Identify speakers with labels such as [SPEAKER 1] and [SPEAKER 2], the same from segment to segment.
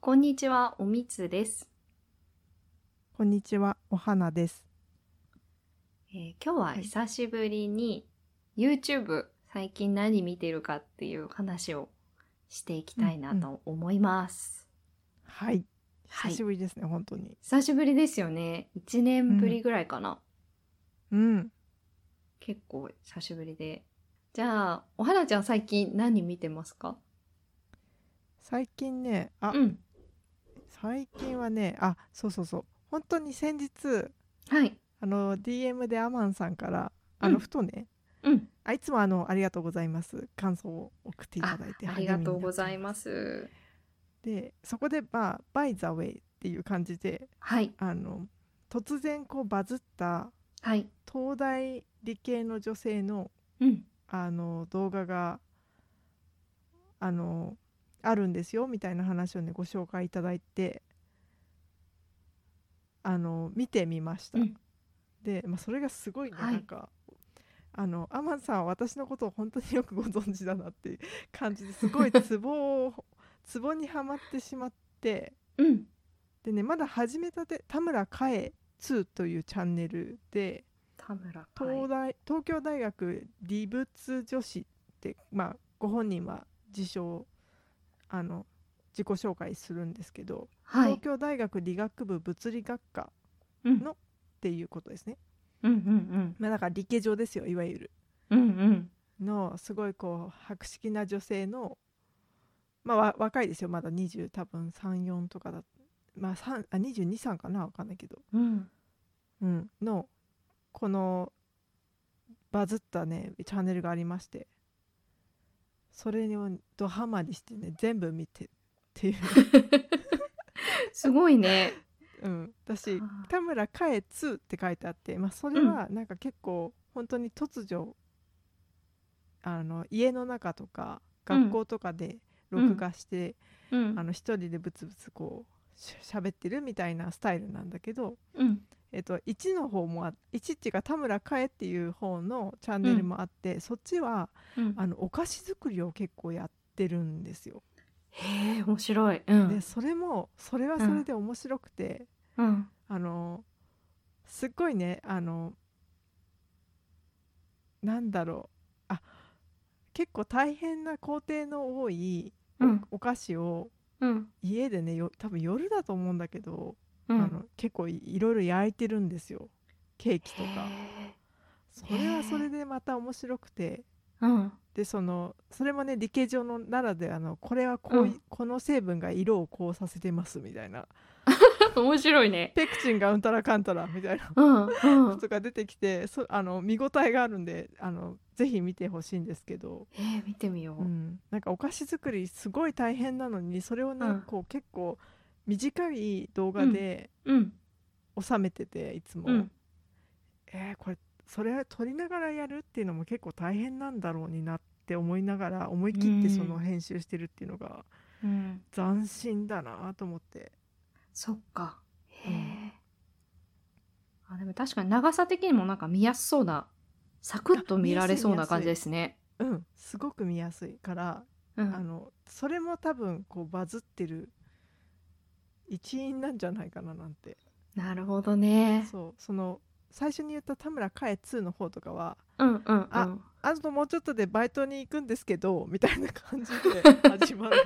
[SPEAKER 1] こんにちは、おみつです、
[SPEAKER 2] こんにちは、お花です。
[SPEAKER 1] えー今日は久しぶりに YouTube 最近何見てるかっていう話をしていきたいなと思います。
[SPEAKER 2] はい、
[SPEAKER 1] はい
[SPEAKER 2] 久しぶりですね、本当に。
[SPEAKER 1] 久しぶりですよね。1年ぶりぐらいかな。
[SPEAKER 2] うん、
[SPEAKER 1] 結構久しぶりで。じゃあ、おはなちゃん最近何見てますか
[SPEAKER 2] 最近ね、あ、
[SPEAKER 1] うん。
[SPEAKER 2] 最近はね、あ、そうそうそう、本当に先日、
[SPEAKER 1] はい。
[SPEAKER 2] あの DM でアマンさんから、あ
[SPEAKER 1] うん
[SPEAKER 2] のふとね、
[SPEAKER 1] うん。
[SPEAKER 2] あいつもあのありがとうございます、感想を送っていただいて、
[SPEAKER 1] あありがとうござい
[SPEAKER 2] す。
[SPEAKER 1] ます。
[SPEAKER 2] で、そこでまあ、by the way っていう感じで、
[SPEAKER 1] はい。
[SPEAKER 2] あの突然こうバズった
[SPEAKER 1] はい。
[SPEAKER 2] 東大理系の女性の
[SPEAKER 1] うん。
[SPEAKER 2] あの動画があのあるんですよみたいな話をねご紹介いただいてあの見てみました。
[SPEAKER 1] うん
[SPEAKER 2] で、まあ、それがすごいね、
[SPEAKER 1] はい
[SPEAKER 2] なんかあのアマンさんは私のことを本当によくご存知だなっていう感じですごいツボを ツボにはまってしまって
[SPEAKER 1] うん。
[SPEAKER 2] でねまだ始めたて田村かえ2というチャンネルで。
[SPEAKER 1] 田村か
[SPEAKER 2] 東大、東京大学理物女子って、まあ、ご本人は自称あの自己紹介するんですけど、
[SPEAKER 1] は
[SPEAKER 2] 東
[SPEAKER 1] い。
[SPEAKER 2] 京大学理学部物理学科
[SPEAKER 1] うん
[SPEAKER 2] のっていうことですね、
[SPEAKER 1] うんうん
[SPEAKER 2] まあ、だから理系上ですよいわゆる
[SPEAKER 1] うん。うんうん。
[SPEAKER 2] のすごいこう博識な女性の、まあ、わ若いですよまだ20多分34とかだ、まあ、3あ223かな分かんないけど、
[SPEAKER 1] うん。
[SPEAKER 2] うん、のこのバズったねチャンネルがありましてそれにドハマりしてね全部見てっ ていう、
[SPEAKER 1] すごいね。
[SPEAKER 2] うん、私
[SPEAKER 1] あー
[SPEAKER 2] 「田村かえ2」って書いてあって、まあ、それはなんか結構本当に突如あの家の中とか
[SPEAKER 1] うん
[SPEAKER 2] 学校とかで録画して、
[SPEAKER 1] うん
[SPEAKER 2] あ。の一人でブツブツこうしゃ喋ってるみたいなスタイルなんだけど、
[SPEAKER 1] うん。
[SPEAKER 2] えっと、1の方もあ1っていうか田村かえっていう方のチャンネルもあって、そっちは
[SPEAKER 1] うん
[SPEAKER 2] あのお菓子作りを結構やってるんですよ。
[SPEAKER 1] へえ、面白い。うん。
[SPEAKER 2] でそれもそれはそれで面白くて、
[SPEAKER 1] うん。
[SPEAKER 2] あのすっごいねあのなんだろうあ結構大変な工程の多いお,、
[SPEAKER 1] うん
[SPEAKER 2] 菓子を
[SPEAKER 1] うん。
[SPEAKER 2] 家でねよ多分夜だと思うんだけど、
[SPEAKER 1] う
[SPEAKER 2] あ
[SPEAKER 1] ん。
[SPEAKER 2] の結構いいろいろ焼いてるんですよケーキと
[SPEAKER 1] へ
[SPEAKER 2] か。
[SPEAKER 1] え
[SPEAKER 2] それはそれでまた面白くて
[SPEAKER 1] うん。
[SPEAKER 2] でそのそれもね理系上のならではのこれはこうい、
[SPEAKER 1] うん
[SPEAKER 2] この成分が色をこうさせてますみたいな
[SPEAKER 1] 面白い ね。
[SPEAKER 2] ペクチンがうんたらかんたらみたいな
[SPEAKER 1] うん。うん。
[SPEAKER 2] ことが出てきてそあの見応えがあるんであのぜひ見てほしいんですけど、
[SPEAKER 1] えー、見てみよう。
[SPEAKER 2] うん、なんかお菓子作りすごい大変なのにそれをね、
[SPEAKER 1] うん
[SPEAKER 2] こう結構短い動画で
[SPEAKER 1] うん。
[SPEAKER 2] 収めてていつも、
[SPEAKER 1] うん。
[SPEAKER 2] えーこれそれ撮りながらやるっていうのも結構大変なんだろうになって思いながら思い切って
[SPEAKER 1] うん
[SPEAKER 2] その編集してるっていうのが
[SPEAKER 1] うん。
[SPEAKER 2] 斬新だなと思って
[SPEAKER 1] そっか。へ
[SPEAKER 2] う
[SPEAKER 1] え。あ、でも確かに長さ的にもなんか見やすそうな、サクッと見られそうな感じですね。
[SPEAKER 2] うんすごく見やすいから、
[SPEAKER 1] う
[SPEAKER 2] あ
[SPEAKER 1] ん。
[SPEAKER 2] のそれも多分こうバズってる一因なんじゃないかななんて
[SPEAKER 1] なるほどね。
[SPEAKER 2] そうその最初に言った田村かえ2の方とかは
[SPEAKER 1] うんうんう
[SPEAKER 2] あ
[SPEAKER 1] ん。
[SPEAKER 2] あともうちょっとでバイトに行くんですけどみたいな感じで始まる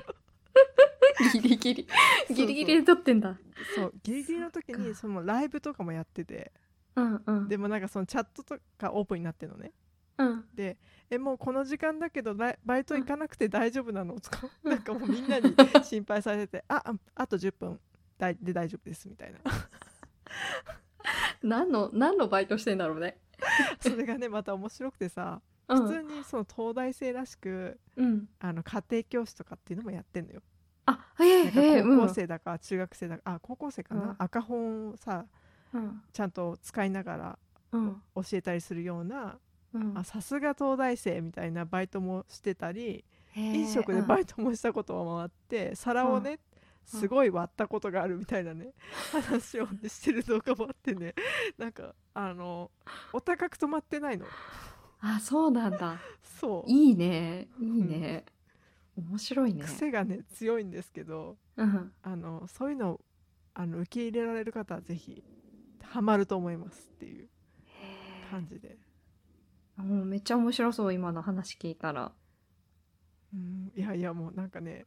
[SPEAKER 1] ギリギリ。
[SPEAKER 2] そう
[SPEAKER 1] ギリギリで撮ってんだ。
[SPEAKER 2] そうギリギリの時
[SPEAKER 1] そっ
[SPEAKER 2] に
[SPEAKER 1] か
[SPEAKER 2] そのライブとかもやってて
[SPEAKER 1] うんうん。
[SPEAKER 2] でもなんかそのチャットとかオープンになってるのね
[SPEAKER 1] うん。
[SPEAKER 2] でえもうこの時間だけどライバイト行かなくて大丈夫なのと かなんかもうみん なに心配されててあああと10分だいで大丈夫ですみた いな
[SPEAKER 1] 何の、何のバイトしてんだろうね。
[SPEAKER 2] それがねまた面白くてさ
[SPEAKER 1] う
[SPEAKER 2] 普
[SPEAKER 1] ん
[SPEAKER 2] 通にその東大生らしく
[SPEAKER 1] うん。
[SPEAKER 2] あの家庭教師とかっていうのもやってんのよ
[SPEAKER 1] あ、え
[SPEAKER 2] なん
[SPEAKER 1] え
[SPEAKER 2] か
[SPEAKER 1] ええうん。
[SPEAKER 2] 高校生だか中学生だかあ高校生かな、
[SPEAKER 1] うん
[SPEAKER 2] 赤本をさ
[SPEAKER 1] うん。
[SPEAKER 2] ちゃんと使いながら
[SPEAKER 1] うん。
[SPEAKER 2] 教えたりするような
[SPEAKER 1] うん
[SPEAKER 2] あ。さすが東大生みたいなバイトもしてたり飲
[SPEAKER 1] 飲
[SPEAKER 2] 食でバイトもしたこともあって、皿をね
[SPEAKER 1] うん
[SPEAKER 2] すごい割ったことがあるみたいなね、話を、ね、してる動画もあってね なんかあのお高く止まってないの
[SPEAKER 1] あ、そうなんだ。
[SPEAKER 2] そう
[SPEAKER 1] いいね。いいね。面白いね。
[SPEAKER 2] 癖がね強いんですけど、
[SPEAKER 1] うん
[SPEAKER 2] あのそういうのをあの受け入れられる方はぜひハマると思いますっていう感じで、
[SPEAKER 1] もうめっちゃ面白そう今の話聞いたら
[SPEAKER 2] うん、いやいやもうなんかね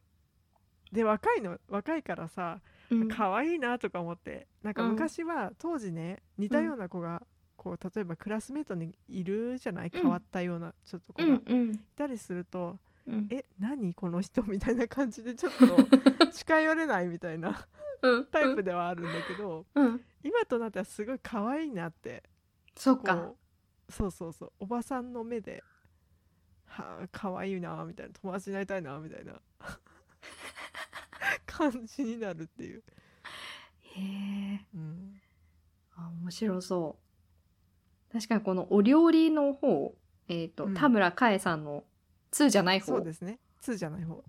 [SPEAKER 2] で若いの若いからさ
[SPEAKER 1] うん
[SPEAKER 2] 可愛いなとか思ってなんか
[SPEAKER 1] うん
[SPEAKER 2] 昔は当時ね似たような子がこう例えばクラスメートにいるじゃない
[SPEAKER 1] うん
[SPEAKER 2] 変わったようなちょっと子
[SPEAKER 1] う
[SPEAKER 2] がい
[SPEAKER 1] んうん
[SPEAKER 2] たりすると
[SPEAKER 1] うん
[SPEAKER 2] 「え何この人」みたいな感じでちょっ と近寄れないみたいな
[SPEAKER 1] うん
[SPEAKER 2] タイプではあるんだけど
[SPEAKER 1] うん
[SPEAKER 2] 今となってはすごい可愛いなって
[SPEAKER 1] そっか
[SPEAKER 2] こうそうそうそうおばさんの目で「はあ可愛いな」みたいな「友達になりたいな」みた いな感じになるっていう。
[SPEAKER 1] へえ
[SPEAKER 2] うん
[SPEAKER 1] あ面白そう確かにこのお料理の方えっ、と、
[SPEAKER 2] うん
[SPEAKER 1] 田村かえさんの2じゃない方
[SPEAKER 2] そうですね2じゃない方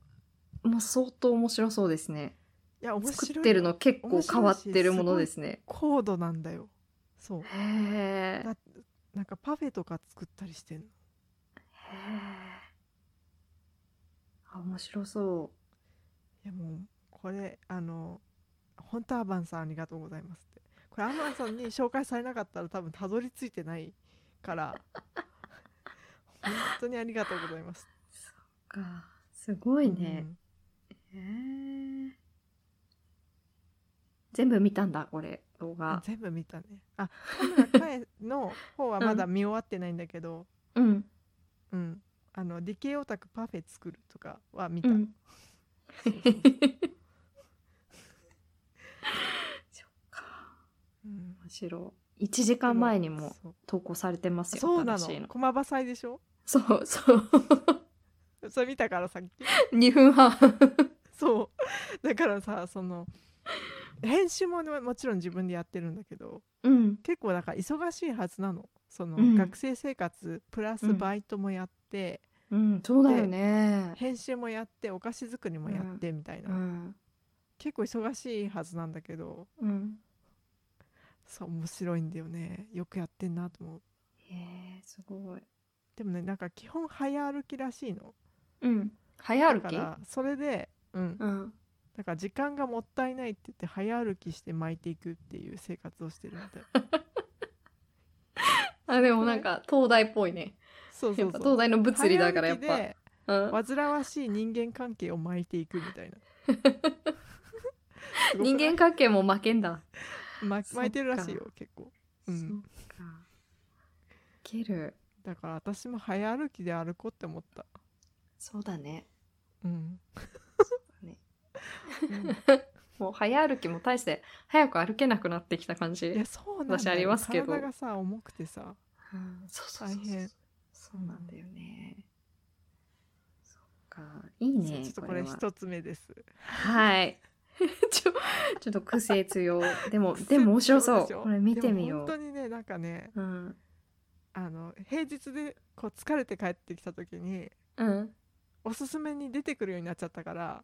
[SPEAKER 1] もう相当面白そうですね
[SPEAKER 2] いや面白い
[SPEAKER 1] 作ってるの結構変わってるものですね
[SPEAKER 2] 高度なんだよそう
[SPEAKER 1] へえ
[SPEAKER 2] だなんかパフェとか作ったりしてんの
[SPEAKER 1] へえあ面白そ
[SPEAKER 2] いやもうこれあの本当アバンさんありがとうございますってこれアバンさんに紹介されなかったら多分たどり着いてないから本当にありがとうございます
[SPEAKER 1] うそっかすごいね、へえ全部見たんだこれ動
[SPEAKER 2] うん
[SPEAKER 1] 画
[SPEAKER 2] 全部見たねあ田村かえの方はまだ見終わってないんだけど、
[SPEAKER 1] うん
[SPEAKER 2] うんあの理系オタクパフェ作るとかは見
[SPEAKER 1] う
[SPEAKER 2] た、
[SPEAKER 1] ん そ
[SPEAKER 2] そ
[SPEAKER 1] う
[SPEAKER 2] そう
[SPEAKER 1] っか
[SPEAKER 2] うん
[SPEAKER 1] 面白い1時間前にも
[SPEAKER 2] そう
[SPEAKER 1] 投稿されてますよ
[SPEAKER 2] そうな
[SPEAKER 1] 新しい
[SPEAKER 2] の駒場祭でしょ
[SPEAKER 1] そうそう
[SPEAKER 2] それ見たからさっき
[SPEAKER 1] 2分半
[SPEAKER 2] そうだからさその編集もねもちろん自分でやってるんだけど
[SPEAKER 1] うん
[SPEAKER 2] 結構だから忙しいはずなのその、
[SPEAKER 1] うん
[SPEAKER 2] 学生生活プラスバイトもやって、
[SPEAKER 1] うんそうだよね
[SPEAKER 2] 編集もやってお菓子作りもやってみたいな、
[SPEAKER 1] うん
[SPEAKER 2] 結構忙しいはずなんだけど
[SPEAKER 1] うん
[SPEAKER 2] そう面白いんだよねよくやってんなと思う
[SPEAKER 1] へえすごい
[SPEAKER 2] でもねなんか基本早歩きらしいの
[SPEAKER 1] うん早歩
[SPEAKER 2] だ
[SPEAKER 1] き
[SPEAKER 2] からそれでうん
[SPEAKER 1] うん
[SPEAKER 2] だから時間がもったいないって言って早歩きして巻いていくっていう生活をしてるみたい
[SPEAKER 1] あでもなんか東大っぽいね
[SPEAKER 2] そう
[SPEAKER 1] や
[SPEAKER 2] そ
[SPEAKER 1] っ
[SPEAKER 2] う
[SPEAKER 1] ぱ
[SPEAKER 2] そう
[SPEAKER 1] 東大の物理だからやっ
[SPEAKER 2] 早
[SPEAKER 1] ぱ
[SPEAKER 2] 歩きで
[SPEAKER 1] うん
[SPEAKER 2] 煩わしい人間関係を巻いていくみ たいなすごくない
[SPEAKER 1] 人間関係も負けんだ
[SPEAKER 2] ま
[SPEAKER 1] そっか
[SPEAKER 2] 巻いてるらしいよ結構、うん、
[SPEAKER 1] そっかいける
[SPEAKER 2] だから私も早歩きで歩こうって思った、
[SPEAKER 1] そうだね
[SPEAKER 2] うん、
[SPEAKER 1] ね
[SPEAKER 2] うん
[SPEAKER 1] もう早歩きも大して早く歩けなくなってきた感
[SPEAKER 2] いや
[SPEAKER 1] じ、
[SPEAKER 2] そうなんだよ
[SPEAKER 1] 私ありますけど
[SPEAKER 2] 体がさ重くてさ
[SPEAKER 1] うん、そうそう
[SPEAKER 2] 大変
[SPEAKER 1] そうなんだよね、そっかいい
[SPEAKER 2] そう
[SPEAKER 1] ね
[SPEAKER 2] ちょっとこれ
[SPEAKER 1] は
[SPEAKER 2] 一つ目です
[SPEAKER 1] はい ちょちょっと癖強 でも
[SPEAKER 2] 癖
[SPEAKER 1] でも面白そう
[SPEAKER 2] 強いでしょ
[SPEAKER 1] これ見てみ
[SPEAKER 2] でも
[SPEAKER 1] よ
[SPEAKER 2] 本当にねなんかね
[SPEAKER 1] ううん
[SPEAKER 2] あの平日でこう疲れて帰ってきた時に
[SPEAKER 1] うん
[SPEAKER 2] おすすめに出てくるようになっちゃったから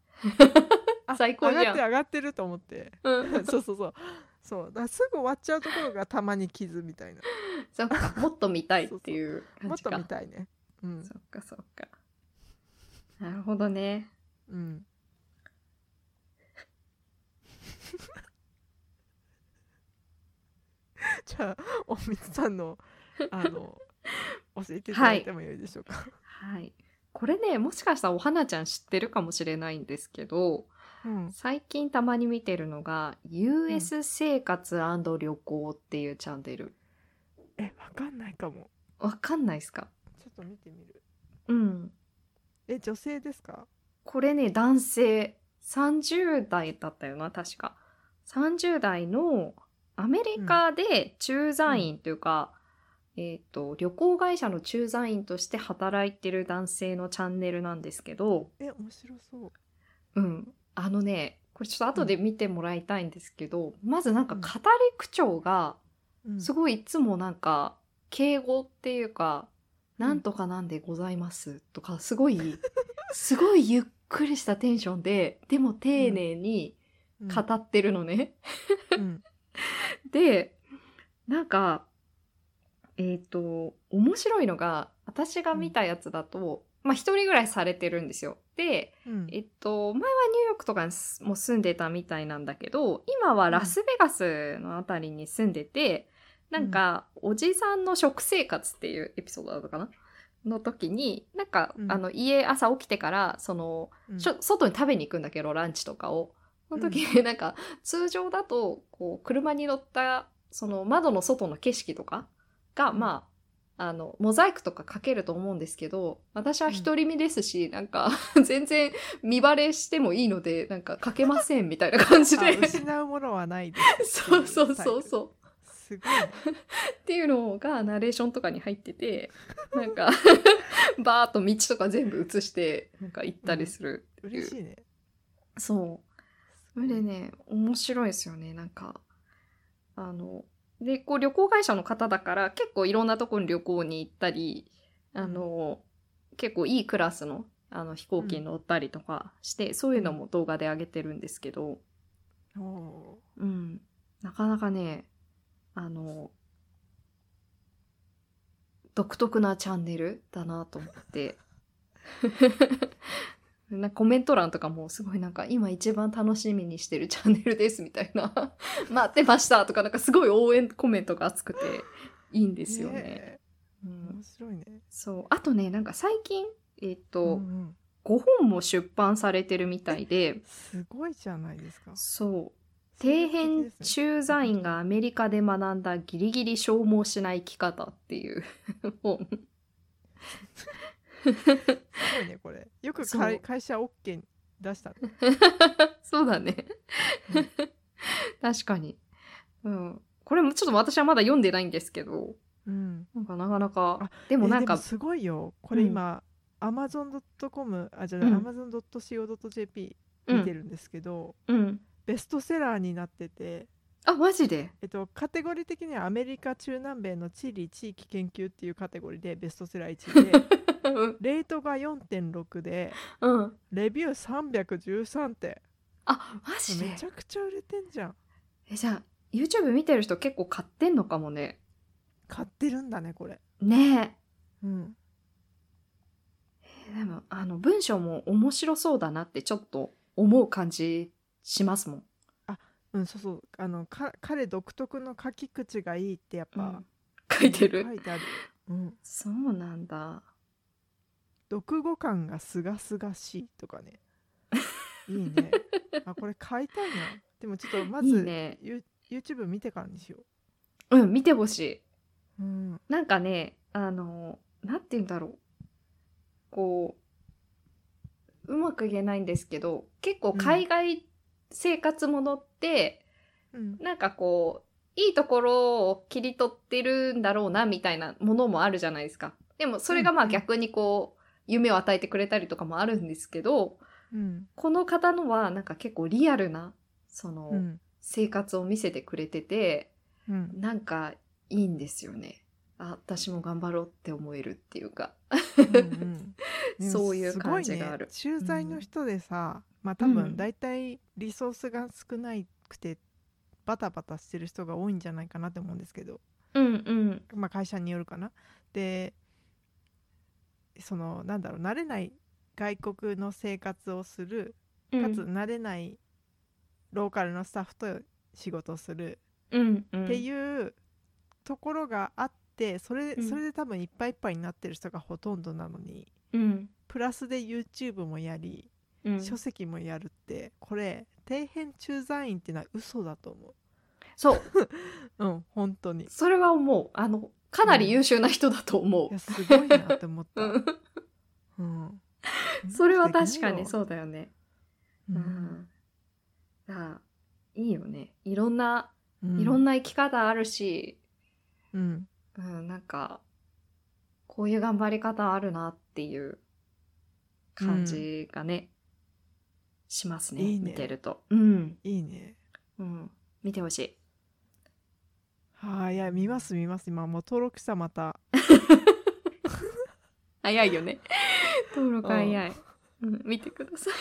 [SPEAKER 2] あ
[SPEAKER 1] 最高じゃん
[SPEAKER 2] 上がってる上がってると思って
[SPEAKER 1] うん
[SPEAKER 2] そうそうそうそうだからすぐ終わっちゃうところがたまに傷みたいな
[SPEAKER 1] そっかもっと見たいっていう
[SPEAKER 2] も
[SPEAKER 1] 感
[SPEAKER 2] っ
[SPEAKER 1] じ
[SPEAKER 2] と
[SPEAKER 1] か
[SPEAKER 2] 見たいねうん
[SPEAKER 1] そっかそっかなるほどね
[SPEAKER 2] うん じゃあおみつさんのあの教えていただいてもよいでしょうか、
[SPEAKER 1] はい。これね、もしかしたらお花ちゃん知ってるかもしれないんですけど、
[SPEAKER 2] うん
[SPEAKER 1] 最近たまに見てるのが、US 生活旅行っていうチャンネル。
[SPEAKER 2] えわかんないかも
[SPEAKER 1] わかんないですか
[SPEAKER 2] ちょっと見てみる
[SPEAKER 1] うん。
[SPEAKER 2] え女性ですか
[SPEAKER 1] これね、男性、30代だったよな、確か。30代のアメリカで駐在員というか、えっと、旅行会社の駐在員として働いてる男性のチャンネルなんですけど、
[SPEAKER 2] え面白そう
[SPEAKER 1] うん、あのねこれちょっと後で見てもらいたいんですけど、まずなんか
[SPEAKER 2] う
[SPEAKER 1] 語
[SPEAKER 2] ん
[SPEAKER 1] り口調が
[SPEAKER 2] うん
[SPEAKER 1] すごいいつもなんか敬語っていうか「なんとかなんでございます」とかす ごいすごいゆっくりしたテンションででも丁寧に語ってるのね。
[SPEAKER 2] うん
[SPEAKER 1] でなんかえっ、と面白いのが私が見たやつだと、まあ、一人ぐらいされてるんですよ。で、
[SPEAKER 2] うん
[SPEAKER 1] えっと、前はニューヨークとかにすもう住んでたみたいなんだけど、今はラスベガスのあたりに住んでて、なんか、おじさんの食生活っていうエピソードだったかなの時に、なんか、
[SPEAKER 2] うん
[SPEAKER 1] あの、家朝起きてから、その、
[SPEAKER 2] うん
[SPEAKER 1] しょ外に食べに行くんだけどランチとかをその時になんか、通常だとこう車に乗ったその窓の外の景色とかが、
[SPEAKER 2] うん
[SPEAKER 1] まああのモザイクとかかけると思うんですけど私は独り身ですし、なんか 全然見バレしてもいいのでなんかかけませんみたいな感じ
[SPEAKER 2] あ
[SPEAKER 1] で
[SPEAKER 2] 失うものはないで す
[SPEAKER 1] そうそうそう
[SPEAKER 2] う
[SPEAKER 1] そう
[SPEAKER 2] すごいね
[SPEAKER 1] っていうのがナレーションとかに入っててなん かバーっと道とか全部映してなんか行ったりする、
[SPEAKER 2] 嬉しいね
[SPEAKER 1] そうそれでね面白いですよねなんかあのでこう旅行会社の方だから結構いろんなところに旅行に行ったりあの、結構いいクラスのあの飛行機に乗ったりとかして、そういうのも動画で上げてるんですけど、
[SPEAKER 2] おー
[SPEAKER 1] うん、なかなかねあの独特なチャンネルだなと思って なコメント欄とかもすごいなんか今一番楽しみにしてるチャンネルですみたいな 待ってましたとかなんかすごい応援コメントが熱くていいんですよね。
[SPEAKER 2] え
[SPEAKER 1] う
[SPEAKER 2] ー面
[SPEAKER 1] ん、
[SPEAKER 2] 白いね
[SPEAKER 1] そうあとねなんか最近えっと、
[SPEAKER 2] うんうん
[SPEAKER 1] 5本も出版されてるみたいで
[SPEAKER 2] すごいじゃないですか
[SPEAKER 1] そう底
[SPEAKER 2] 底
[SPEAKER 1] 辺駐在員がアメリカで学んだギリギリ消耗しない生き方っていう 本
[SPEAKER 2] すごいねこれよく
[SPEAKER 1] そ
[SPEAKER 2] か
[SPEAKER 1] う
[SPEAKER 2] い会社 OK に出したね
[SPEAKER 1] そうだね
[SPEAKER 2] うん
[SPEAKER 1] 確かに、うん、これもちょっと私はまだ読んでないんですけど
[SPEAKER 2] うん
[SPEAKER 1] なんかなかなか
[SPEAKER 2] あ
[SPEAKER 1] でもなん
[SPEAKER 2] えー
[SPEAKER 1] か、
[SPEAKER 2] すごいよこれ
[SPEAKER 1] うん
[SPEAKER 2] 今、amazon.com あじゃあ、
[SPEAKER 1] うん
[SPEAKER 2] amazon.co.jp
[SPEAKER 1] う
[SPEAKER 2] 見て
[SPEAKER 1] ん、
[SPEAKER 2] るんですけど、
[SPEAKER 1] うん、
[SPEAKER 2] ベストセラーになってて
[SPEAKER 1] あマジで
[SPEAKER 2] えっと、カテゴリー的にはアメリカ中南米の地理地域研究っていうカテゴリーでベストセラー1位 で
[SPEAKER 1] うん
[SPEAKER 2] レートが4.6で
[SPEAKER 1] うん
[SPEAKER 2] レビュー313点
[SPEAKER 1] あマジで
[SPEAKER 2] めちゃくちゃ売れてんじゃん
[SPEAKER 1] えじゃあ YouTube 見てる人結構買ってんのかもね
[SPEAKER 2] 買ってるんだねこれ、
[SPEAKER 1] ね
[SPEAKER 2] うん、
[SPEAKER 1] えでもあの文章も面白そうだなってちょっと思う感じしますもん、
[SPEAKER 2] うん、そうそうあのか彼独特の書き口がいいってやっ
[SPEAKER 1] う
[SPEAKER 2] ぱ
[SPEAKER 1] ん、書いてる
[SPEAKER 2] 書いてある、うん、
[SPEAKER 1] そうなんだ。
[SPEAKER 2] 読語感がすがすがしいと かねいいねあこれ買いたいなでもちょっとまず
[SPEAKER 1] いいね
[SPEAKER 2] ユ YouTube 見てからにしよ
[SPEAKER 1] うん、見てほしい。
[SPEAKER 2] う、うん、
[SPEAKER 1] なんかね、あの、なんて言うんだろう。こう、うまく言えないんですけど、結構海外生活ものって、
[SPEAKER 2] うん、
[SPEAKER 1] なんかこう、いいところを切り取ってるんだろうな、みたいなものもあるじゃないですか。でも、それがま
[SPEAKER 2] う
[SPEAKER 1] あ
[SPEAKER 2] ん
[SPEAKER 1] 逆にこう、夢を与えてくれたりとかもあるんですけど、
[SPEAKER 2] うん
[SPEAKER 1] この方のはなんか結構リアルな、その、
[SPEAKER 2] うん
[SPEAKER 1] 生活を見せてくれてて、
[SPEAKER 2] うん、
[SPEAKER 1] なんかいいんですよね。あ私も頑張ろうって思えるっていうか。
[SPEAKER 2] うんうん
[SPEAKER 1] そういう
[SPEAKER 2] でもすご
[SPEAKER 1] 感
[SPEAKER 2] ね
[SPEAKER 1] じがある
[SPEAKER 2] 駐在の人でさ、まあ多
[SPEAKER 1] うん
[SPEAKER 2] 分大体リソースが少なくてバタバタしてる人が多いんじゃないかなって思うんですけど、
[SPEAKER 1] うんうん
[SPEAKER 2] まあ、会社によるかな。でそのなんだろう慣れない外国の生活をする
[SPEAKER 1] うん。
[SPEAKER 2] かつ慣れないローカルのスタッフと仕事をする
[SPEAKER 1] うんうん、
[SPEAKER 2] って
[SPEAKER 1] う。
[SPEAKER 2] いうところがあってそれ
[SPEAKER 1] うん
[SPEAKER 2] それで多分いっぱいいっぱいになってる人がほとんどなのに
[SPEAKER 1] うん
[SPEAKER 2] プラスで YouTube もやり
[SPEAKER 1] うん、
[SPEAKER 2] 書籍もやるってこれ底辺駐在員ってのは嘘だと思
[SPEAKER 1] そう
[SPEAKER 2] ううん本当にい
[SPEAKER 1] それは思うあのかなり優秀な人だと思う
[SPEAKER 2] や。すごいなって思っ た、
[SPEAKER 1] う
[SPEAKER 2] うん
[SPEAKER 1] ん、 それは確かに
[SPEAKER 2] う、
[SPEAKER 1] そうだよね。
[SPEAKER 2] う
[SPEAKER 1] うんん、あいいよねいろんな
[SPEAKER 2] うん、
[SPEAKER 1] いろん
[SPEAKER 2] な、
[SPEAKER 1] な生き方あるし、
[SPEAKER 2] うん、
[SPEAKER 1] うんなんかこういう頑張り方あるなっていう感じがね、しますね
[SPEAKER 2] いいね
[SPEAKER 1] 見てると。うん
[SPEAKER 2] いいね
[SPEAKER 1] うん、見てほしい。
[SPEAKER 2] はいいや見ます見ます今もう登録したまた
[SPEAKER 1] 早いよ ね。登録早い。うん、見てくださ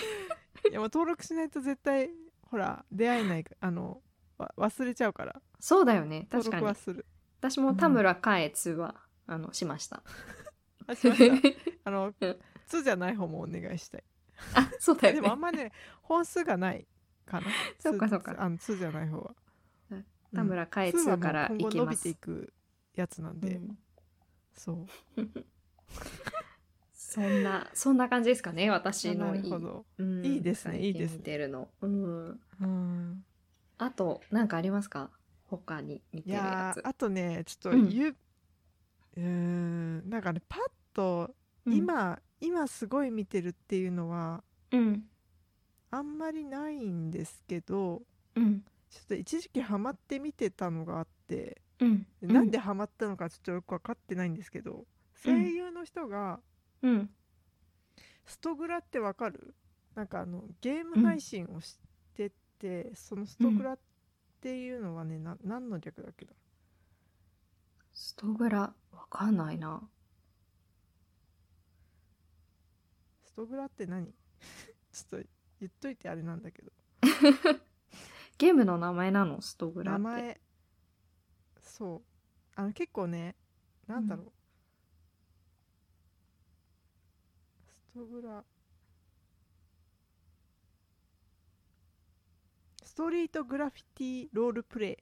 [SPEAKER 1] い。
[SPEAKER 2] いやもう登録しないと絶対ほら出会えないあのわ忘れちゃうから
[SPEAKER 1] そうだよね。確
[SPEAKER 2] 登
[SPEAKER 1] か
[SPEAKER 2] 録
[SPEAKER 1] に
[SPEAKER 2] は。する
[SPEAKER 1] 私も田村かえ通話、あのしました。
[SPEAKER 2] あしましたあの
[SPEAKER 1] うん
[SPEAKER 2] 数じゃない方もお願いしたい
[SPEAKER 1] あそうだ
[SPEAKER 2] で
[SPEAKER 1] よ
[SPEAKER 2] もあ
[SPEAKER 1] ね
[SPEAKER 2] んまね本数がないかな
[SPEAKER 1] そっか
[SPEAKER 2] 数
[SPEAKER 1] そっか
[SPEAKER 2] あの数じゃない方は
[SPEAKER 1] うん田村かえ
[SPEAKER 2] 数は
[SPEAKER 1] つ
[SPEAKER 2] もう
[SPEAKER 1] からい
[SPEAKER 2] 今後
[SPEAKER 1] き
[SPEAKER 2] 伸
[SPEAKER 1] ま
[SPEAKER 2] びて
[SPEAKER 1] す
[SPEAKER 2] いくやつなんで、
[SPEAKER 1] うん
[SPEAKER 2] そう
[SPEAKER 1] そんなそんな感じですかね私
[SPEAKER 2] な
[SPEAKER 1] のい
[SPEAKER 2] る
[SPEAKER 1] い
[SPEAKER 2] ほど、
[SPEAKER 1] うん
[SPEAKER 2] いいです
[SPEAKER 1] 最
[SPEAKER 2] ね
[SPEAKER 1] 近
[SPEAKER 2] いいですね
[SPEAKER 1] 見てるのうん
[SPEAKER 2] うん、
[SPEAKER 1] あとなんかありますか他に見
[SPEAKER 2] い
[SPEAKER 1] てるや
[SPEAKER 2] や
[SPEAKER 1] つ
[SPEAKER 2] ーあとねちょっ
[SPEAKER 1] う
[SPEAKER 2] と
[SPEAKER 1] ん
[SPEAKER 2] ゆうーんなんかねパッと今、今すごい見てるっていうのは
[SPEAKER 1] うん
[SPEAKER 2] あんまりないんですけど
[SPEAKER 1] うん
[SPEAKER 2] ちょっと一時期ハマって見てたのがあって
[SPEAKER 1] うん
[SPEAKER 2] でなんでハマったのかちょっとよく分かってないんですけど、
[SPEAKER 1] うん
[SPEAKER 2] 声優の人が
[SPEAKER 1] うん
[SPEAKER 2] ストグラってわかるなんかあのゲーム配信をしてて、そのストグラっていうのはねな何の略だっけだ
[SPEAKER 1] ストグラわかんないな
[SPEAKER 2] ストグラって何 ちょっと言っといてあれなんだけど
[SPEAKER 1] ゲームの名前なのストグラっ
[SPEAKER 2] 名
[SPEAKER 1] て
[SPEAKER 2] 前そうあの結構ねなんだろう、ストグラストリートグラフィティロールプレイ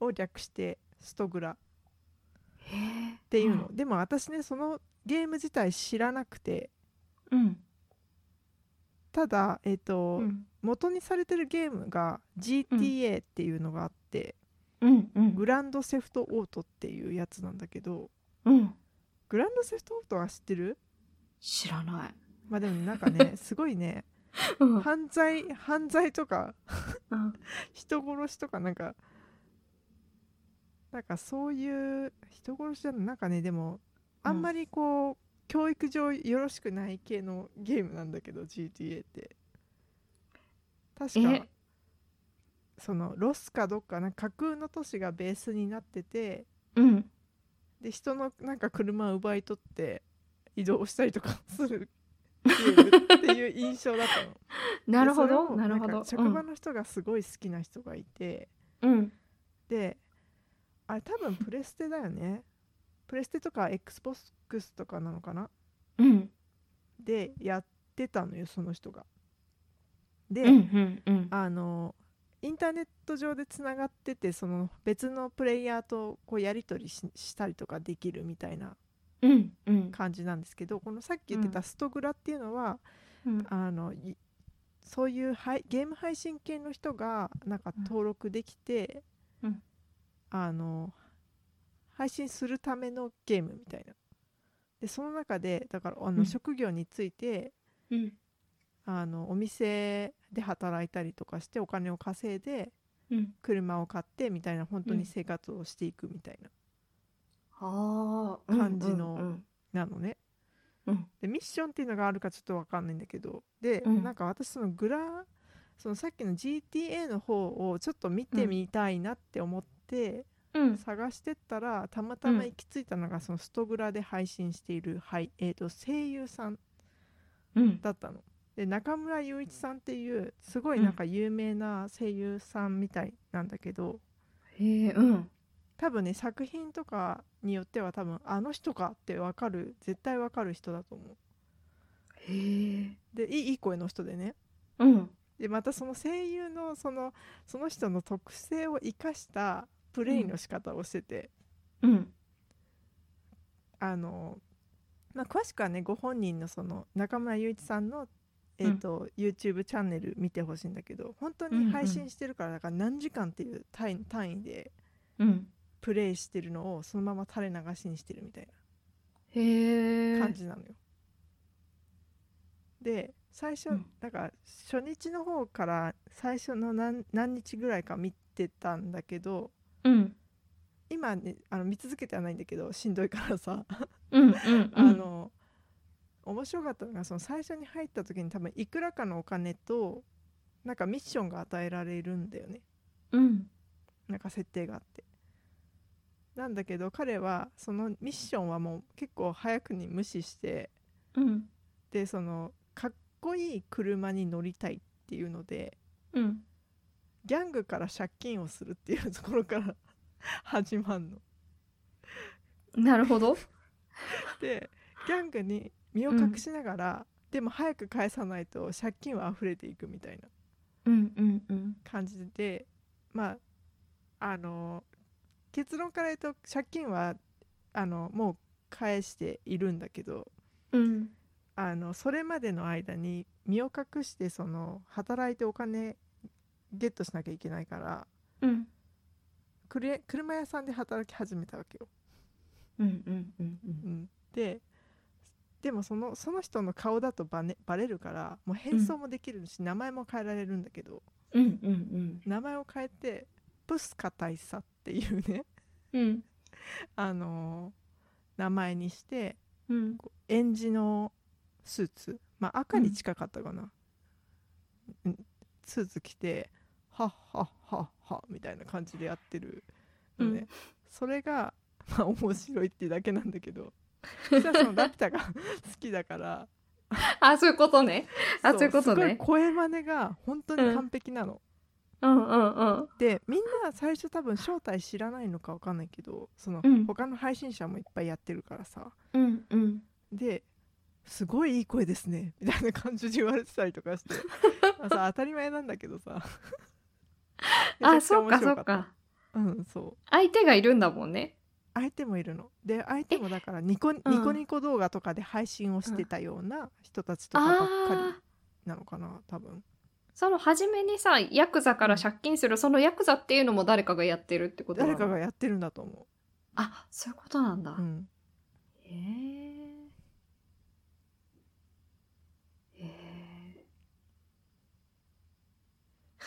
[SPEAKER 2] を略してストグラっ
[SPEAKER 1] へー
[SPEAKER 2] ていうの、でも私ねそのゲーム自体知らなくて
[SPEAKER 1] うん
[SPEAKER 2] ただえっ、と、
[SPEAKER 1] うん
[SPEAKER 2] 元にされてるゲームが GTA っていうのがあって、
[SPEAKER 1] うんうん
[SPEAKER 2] グランドセフトオートっていうやつなんだけど
[SPEAKER 1] うん
[SPEAKER 2] グランドセフトオートは知ってる
[SPEAKER 1] 知らない
[SPEAKER 2] まあでもなんかねすごいね
[SPEAKER 1] うんうん
[SPEAKER 2] 犯罪犯罪とか人殺しとかなんかなんかそういう人殺しじゃないなんかねでもあんまりこう、教育上よろしくない系のゲームなんだけど GTA って確か
[SPEAKER 1] え
[SPEAKER 2] そのロスかどっかなんか架空の都市がベースになってて
[SPEAKER 1] うん
[SPEAKER 2] で人のなんか車を奪い取って移動したり とかするゲームっていう印象だったの。
[SPEAKER 1] なるほ
[SPEAKER 2] でそれ
[SPEAKER 1] ど
[SPEAKER 2] を
[SPEAKER 1] なる
[SPEAKER 2] ん
[SPEAKER 1] ほ
[SPEAKER 2] か
[SPEAKER 1] ど
[SPEAKER 2] 職場の人がすごい好きな人がいて、
[SPEAKER 1] うんうん
[SPEAKER 2] であれ多分プレステだよね プレステとか XBOX とかなのかな
[SPEAKER 1] うん
[SPEAKER 2] でやってたのよその人が。で、
[SPEAKER 1] うんうんうん
[SPEAKER 2] あのインターネット上でつながっててその別のプレイヤーとこうやり取りししたりとかできるみたいな
[SPEAKER 1] うんうん
[SPEAKER 2] 感じなんですけどこのさっき言って
[SPEAKER 1] う
[SPEAKER 2] たストグラっていうのは、
[SPEAKER 1] うん
[SPEAKER 2] あのいそういうはいゲーム配信系の人がなんか
[SPEAKER 1] うん
[SPEAKER 2] 登録できて、
[SPEAKER 1] うん
[SPEAKER 2] あの配信するためのゲームみたいな。でその中でだからあ
[SPEAKER 1] う
[SPEAKER 2] の
[SPEAKER 1] ん
[SPEAKER 2] 職業について、
[SPEAKER 1] うん
[SPEAKER 2] あのお店で働いたりとかしてお金を稼いで
[SPEAKER 1] うん
[SPEAKER 2] 車を買ってみたいな本当
[SPEAKER 1] うん
[SPEAKER 2] に生活をしていくみたい
[SPEAKER 1] ああ
[SPEAKER 2] 感じの
[SPEAKER 1] うん
[SPEAKER 2] な、なのね。
[SPEAKER 1] うん
[SPEAKER 2] でミッションっていうのがあるかちょっとわかんないんだけどで、
[SPEAKER 1] うん
[SPEAKER 2] なんか私そのグラそのさっきの GTA の方をちょっと見てみたいなって思って
[SPEAKER 1] うん
[SPEAKER 2] 探してったら、たまたま
[SPEAKER 1] うん
[SPEAKER 2] 行き着いたのがそのストグラで配信している、はいえー、と声優さん
[SPEAKER 1] うん
[SPEAKER 2] だったの。で中村雄一さんっていうすごいなんか有名な声優さんみたいなんだけど、
[SPEAKER 1] へえうん
[SPEAKER 2] 多分ね作品とかによっては多分あの人かってわかる絶対わかる人だと思う。
[SPEAKER 1] へえ
[SPEAKER 2] でいいいい声の人でね。
[SPEAKER 1] うん
[SPEAKER 2] でまたその声優のそのその人の特性を生かしたプレイの仕方をしてて、
[SPEAKER 1] うん
[SPEAKER 2] あのまあ、詳しくはねご本人のその中村雄一さんの、えーと YouTube チャンネル見てほしいんだけど本当
[SPEAKER 1] うんう
[SPEAKER 2] に
[SPEAKER 1] ん
[SPEAKER 2] 配信してるからだから何時間っていう単位単位で
[SPEAKER 1] うん
[SPEAKER 2] プレイしてるのをそのまま垂れ流しにしてるみたい
[SPEAKER 1] へえ
[SPEAKER 2] な感じなのよ。で最初
[SPEAKER 1] うん
[SPEAKER 2] だから初日の方から最初の何何日ぐらいか見てたんだけど、
[SPEAKER 1] うん
[SPEAKER 2] 今ねあの見続けてはないんだ けどしんどいからさ、
[SPEAKER 1] うんうん
[SPEAKER 2] あの面白かったのがその最初に入った時に多分いくらかのお金となんかミッションが与えられるんだよね
[SPEAKER 1] うん
[SPEAKER 2] なんか設定があって。なんだけど彼はそのミッションはもう結構早くに無視して
[SPEAKER 1] うん
[SPEAKER 2] でそのかっこいい車に乗りたいっていうので
[SPEAKER 1] うん
[SPEAKER 2] ギャングから借金をするっていうところから 始まるの。
[SPEAKER 1] なるほど
[SPEAKER 2] でギャングに身を隠しながら、でも早く返さないと借金は溢れていくみたいな
[SPEAKER 1] うんうんうん
[SPEAKER 2] 感じでまああの結論から言うと借金はあのもう返しているんだけど
[SPEAKER 1] うん
[SPEAKER 2] あのそれまでの間に身を隠してその働いてお金ゲットしなきゃいけないから
[SPEAKER 1] うん
[SPEAKER 2] くれ車屋さんで働き始めたわけよ。
[SPEAKER 1] うんうんうん
[SPEAKER 2] うん、ででもそのその人の顔だとバ,、ね、バレるからもう変装もできるし、名前も変えられるんだけど
[SPEAKER 1] うんうんうん
[SPEAKER 2] 名前を変えてプスカ大佐っていうね
[SPEAKER 1] うん
[SPEAKER 2] あのー名前にして
[SPEAKER 1] うん
[SPEAKER 2] こうエンジのスーツ、まあ、赤に近かったかな、うんスーツ着て「はっはっはっは」みたいな感じでやってるのね、
[SPEAKER 1] うん
[SPEAKER 2] それが、まあ、面白いっていうだけなんだけ ど実はそのラピュタが好きだから
[SPEAKER 1] あそういうことねあそういうことね
[SPEAKER 2] すごい声真似が本当に完璧なの。
[SPEAKER 1] うんうんうん
[SPEAKER 2] でみんな最初多分正体知らないのかわかんないけどその、
[SPEAKER 1] うん
[SPEAKER 2] 他の配信者もいっぱいやってるからさ
[SPEAKER 1] うんうん
[SPEAKER 2] ですごいいい声ですねみたいな感じで言われてたりとか してまあさ当たり前なんだけどさ
[SPEAKER 1] あそうか
[SPEAKER 2] めち
[SPEAKER 1] そ
[SPEAKER 2] ゃ
[SPEAKER 1] うか
[SPEAKER 2] くちゃ面白たうんそう
[SPEAKER 1] 相手がいるんだもんね
[SPEAKER 2] 相手もいるので相手もだからニコニコニコ動画とかで配信をしてたような人たちとかばっか
[SPEAKER 1] ああ
[SPEAKER 2] りなのかな多分
[SPEAKER 1] その初めにさヤクザから借金するそのヤクザっていうのも誰かがやってるってことなの
[SPEAKER 2] 誰かがやってるんだと思
[SPEAKER 1] あそういうことなんだ、
[SPEAKER 2] う、うん、
[SPEAKER 1] へえへえ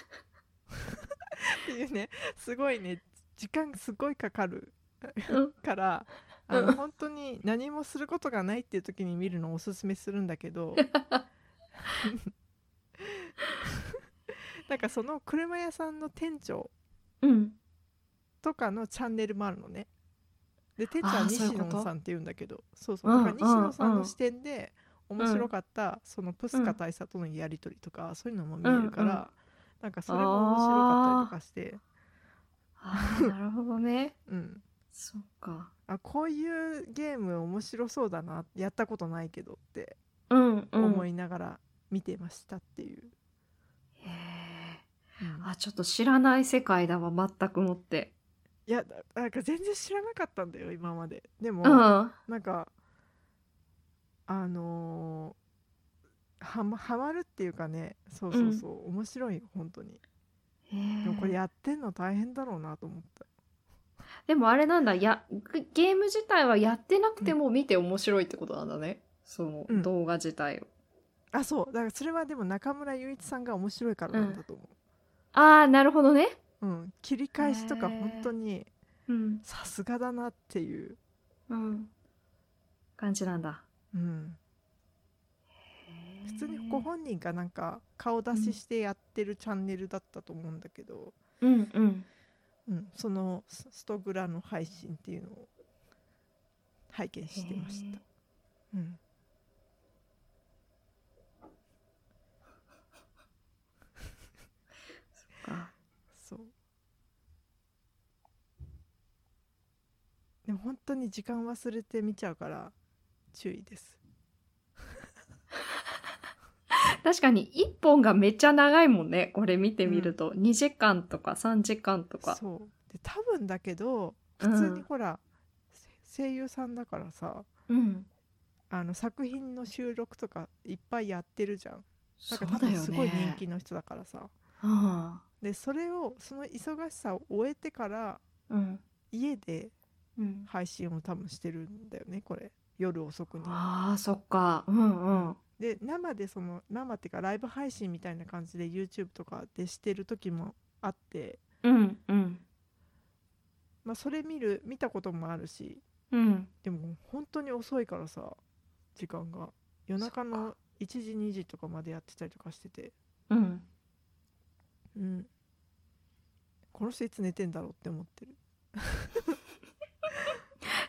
[SPEAKER 2] っていうねすごいね時間すごいかかる
[SPEAKER 1] うん
[SPEAKER 2] からあ
[SPEAKER 1] う
[SPEAKER 2] の
[SPEAKER 1] ん
[SPEAKER 2] 本当に何もすることがないっていう時に見るのをおすすめするんだけ どなんかその車屋さんの店長
[SPEAKER 1] うん
[SPEAKER 2] とかのチャンネルもあるのね。で店長
[SPEAKER 1] あ
[SPEAKER 2] は
[SPEAKER 1] ーそういう
[SPEAKER 2] 西
[SPEAKER 1] こと
[SPEAKER 2] 野さんっていうんだけどそうそう
[SPEAKER 1] う
[SPEAKER 2] だ
[SPEAKER 1] ん
[SPEAKER 2] から西野さんの視点で
[SPEAKER 1] ん
[SPEAKER 2] 面白かったそのプスカ大佐とのやり取りとかそういうのも見えるか
[SPEAKER 1] うんうん
[SPEAKER 2] らなんかそれも面白かったりとかして
[SPEAKER 1] あーなるほどね
[SPEAKER 2] うん
[SPEAKER 1] そうか
[SPEAKER 2] あこういうゲーム面白そうだなやったことないけどって
[SPEAKER 1] うんうん
[SPEAKER 2] 思いながら見てましたっていう、
[SPEAKER 1] へえ
[SPEAKER 2] うん
[SPEAKER 1] あちょっと知らない世界だわ全くもって
[SPEAKER 2] いやだなんか全然知らなかったんだよ今まででも、
[SPEAKER 1] うんうん
[SPEAKER 2] なんかあのーはまはまるっていうかねそうそうそう、面白いよ本当に
[SPEAKER 1] へ
[SPEAKER 2] で
[SPEAKER 1] え
[SPEAKER 2] もこれやってんの大変だろうなと思った
[SPEAKER 1] でもあれなんだやゲゲーム自体はやってなくても見て面白いってことなんだね、その
[SPEAKER 2] うん
[SPEAKER 1] 動画自体を、
[SPEAKER 2] あそうだからそれはでも中村雄一さんが面白いからなんだと思
[SPEAKER 1] ああなるほどね
[SPEAKER 2] う、うん切り返しとか
[SPEAKER 1] へー
[SPEAKER 2] 本当に
[SPEAKER 1] うん
[SPEAKER 2] さすがだなっていう、
[SPEAKER 1] うん感じなんだ
[SPEAKER 2] うん、普通にご本人がなんか顔出ししてやってるチャンネルだったと思うんだけど、
[SPEAKER 1] うんうん
[SPEAKER 2] うん、そのスストグラの配信っていうのを拝見してました、うん、
[SPEAKER 1] あ
[SPEAKER 2] そうでも本当に時間忘れて見ちゃうから注意です
[SPEAKER 1] 確かに一本がめっちゃ長いもんねこれ見てみると、2時間とか3時間とか
[SPEAKER 2] そうで多分だけど
[SPEAKER 1] う
[SPEAKER 2] 普
[SPEAKER 1] ん
[SPEAKER 2] 通にほら、せ声優さんだからさ
[SPEAKER 1] うん
[SPEAKER 2] あの作品の収録とかいっぱいやってるじゃん
[SPEAKER 1] そ
[SPEAKER 2] だ
[SPEAKER 1] う
[SPEAKER 2] から多
[SPEAKER 1] だよ
[SPEAKER 2] 分
[SPEAKER 1] ね
[SPEAKER 2] すごい人気の人だからさ、
[SPEAKER 1] あ
[SPEAKER 2] でそれをその忙しさを終えてから
[SPEAKER 1] あうん
[SPEAKER 2] 家で
[SPEAKER 1] うん
[SPEAKER 2] 配信を多分してるんだよねこれ夜遅くに。
[SPEAKER 1] あーそっかうんうん
[SPEAKER 2] で生でその生っていうかライブ配信みたいな感じで YouTube とかでしてる時もあって、
[SPEAKER 1] うんうん
[SPEAKER 2] まあ、それ見る見たこともあるし
[SPEAKER 1] うん
[SPEAKER 2] でも本当に遅いからさ時間が夜中の1時2時とかまでやってたりとかしてて、
[SPEAKER 1] うん
[SPEAKER 2] うん、この人いつ寝てんだろうって思ってる。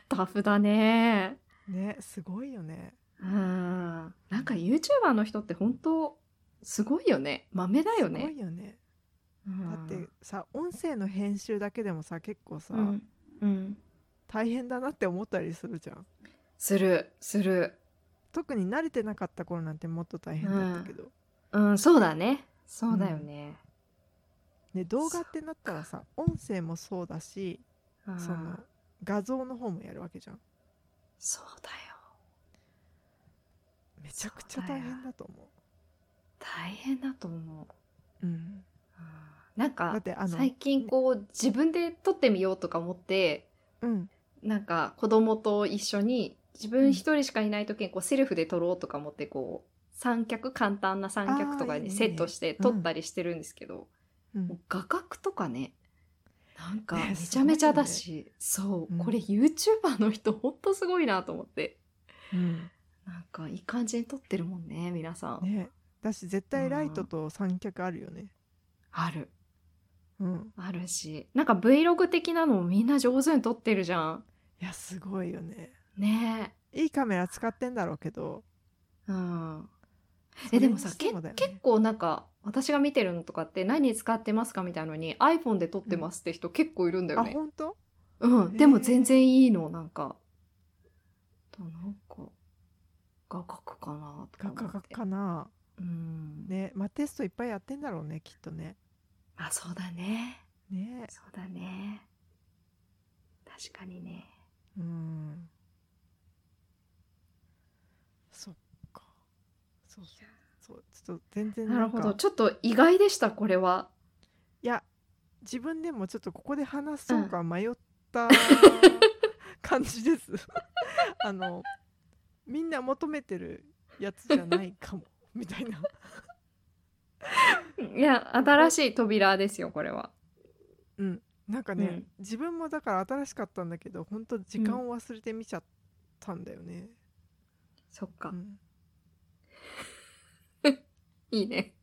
[SPEAKER 1] タフだね
[SPEAKER 2] ねすごいよね。
[SPEAKER 1] うんなんか YouTuber の人って本当すごいよね豆だよ
[SPEAKER 2] すご
[SPEAKER 1] ね
[SPEAKER 2] いよね。
[SPEAKER 1] うん
[SPEAKER 2] だってさ音声の編集だけでもさ結構さ、
[SPEAKER 1] うん、うん、
[SPEAKER 2] 大変だなって思ったりするじゃん
[SPEAKER 1] するする
[SPEAKER 2] 特に慣れてなかった頃なんてもっと大変だったけど、
[SPEAKER 1] うん、そうだね。そうだよね。
[SPEAKER 2] で動画ってなったらさ音声もそうだし
[SPEAKER 1] うん
[SPEAKER 2] その画像の方もやるわけじゃん
[SPEAKER 1] そうだよ。
[SPEAKER 2] めちゃくちゃ
[SPEAKER 1] そうだ
[SPEAKER 2] 大
[SPEAKER 1] よ
[SPEAKER 2] 変だと思
[SPEAKER 1] 大変だと思う。
[SPEAKER 2] う、うん、
[SPEAKER 1] うんなん
[SPEAKER 2] だ
[SPEAKER 1] か
[SPEAKER 2] ってあの
[SPEAKER 1] 最近こう自分で撮ってみようとか思って
[SPEAKER 2] うん
[SPEAKER 1] なんか子供と一緒に自分一人しかいない時にこうセルフで撮ろうとか思ってこう三脚簡単な三脚とか
[SPEAKER 2] あーいい
[SPEAKER 1] に
[SPEAKER 2] ね
[SPEAKER 1] セットして撮ったりしてるんですけど、
[SPEAKER 2] うん
[SPEAKER 1] もう画角とかねなんか
[SPEAKER 2] ね
[SPEAKER 1] めちゃめちゃだし、そう、
[SPEAKER 2] うん
[SPEAKER 1] これ YouTuber の人ほんとすごいなと思って
[SPEAKER 2] うん
[SPEAKER 1] なんかいい感じに撮ってるもんね皆さん、
[SPEAKER 2] ねだし絶対ライトと三脚あるよね
[SPEAKER 1] ある
[SPEAKER 2] うん
[SPEAKER 1] あるしなんか Vlog 的なのもみんな上手に撮ってるじゃん
[SPEAKER 2] いやすごいよね
[SPEAKER 1] ね
[SPEAKER 2] いいカメラ使ってんだろうけど
[SPEAKER 1] えうん
[SPEAKER 2] そ
[SPEAKER 1] え
[SPEAKER 2] れ
[SPEAKER 1] でもさ
[SPEAKER 2] にして
[SPEAKER 1] け
[SPEAKER 2] もだよね
[SPEAKER 1] 結構なんか私が見てるのとかって何に使ってますかみたいのに iPhone で撮ってますって人結構いるんだよ
[SPEAKER 2] あ
[SPEAKER 1] ね、
[SPEAKER 2] 本当
[SPEAKER 1] うん
[SPEAKER 2] へえ
[SPEAKER 1] でも全然いいのなんかとなんか画角かなと
[SPEAKER 2] 画
[SPEAKER 1] か思
[SPEAKER 2] 角
[SPEAKER 1] って
[SPEAKER 2] かな
[SPEAKER 1] うん、
[SPEAKER 2] ねまあテストいっぱいやってんだろうねきっとね
[SPEAKER 1] まあそうだね
[SPEAKER 2] ね
[SPEAKER 1] そうだね確かにね
[SPEAKER 2] うんそっかそうそうそうちょっと全然
[SPEAKER 1] なる
[SPEAKER 2] なん
[SPEAKER 1] ほ
[SPEAKER 2] か
[SPEAKER 1] どちょっと意外でしたこれはい
[SPEAKER 2] や自分でもちょっとここで話そうか迷った 感じですあのみんな求めてるやつじゃない かもみたいない
[SPEAKER 1] や新しい扉ですよこれは
[SPEAKER 2] うんなんかね、
[SPEAKER 1] うん
[SPEAKER 2] 自分もだから新しかったんだけど本当時間を忘れて見ちゃったんだよね、
[SPEAKER 1] そっか、
[SPEAKER 2] うん
[SPEAKER 1] いいね。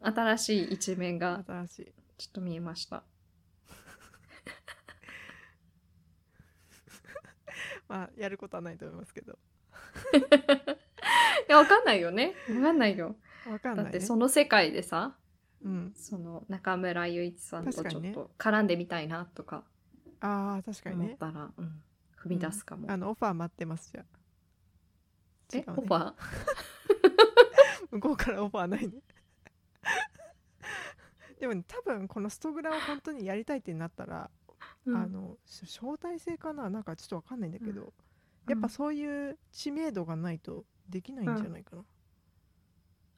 [SPEAKER 1] 新しい一面が
[SPEAKER 2] 新しい
[SPEAKER 1] ちょっと見えました。
[SPEAKER 2] まあやることはないと思いますけど
[SPEAKER 1] いや、わかんないよね。わかんないよ。
[SPEAKER 2] わかん
[SPEAKER 1] だ
[SPEAKER 2] ない、ね、
[SPEAKER 1] ってその世界でさ、
[SPEAKER 2] うん、
[SPEAKER 1] その中村雄一さんと
[SPEAKER 2] 確か
[SPEAKER 1] ちょ
[SPEAKER 2] に
[SPEAKER 1] っ
[SPEAKER 2] ね
[SPEAKER 1] と絡んでみたいなとか
[SPEAKER 2] あー確かに
[SPEAKER 1] 思っ
[SPEAKER 2] ね
[SPEAKER 1] たら、うん、踏み出すかも。
[SPEAKER 2] あのオファー待ってますじゃあ
[SPEAKER 1] え、
[SPEAKER 2] 違うね
[SPEAKER 1] オファー
[SPEAKER 2] 向こうからオファーないね でもね多分このストグラを本当にやりたいってなったら、
[SPEAKER 1] うん
[SPEAKER 2] あのし招待制かななんかちょっとわかんないんだけど、
[SPEAKER 1] うん
[SPEAKER 2] やっぱそういう知名度がないとできないんじゃないかな、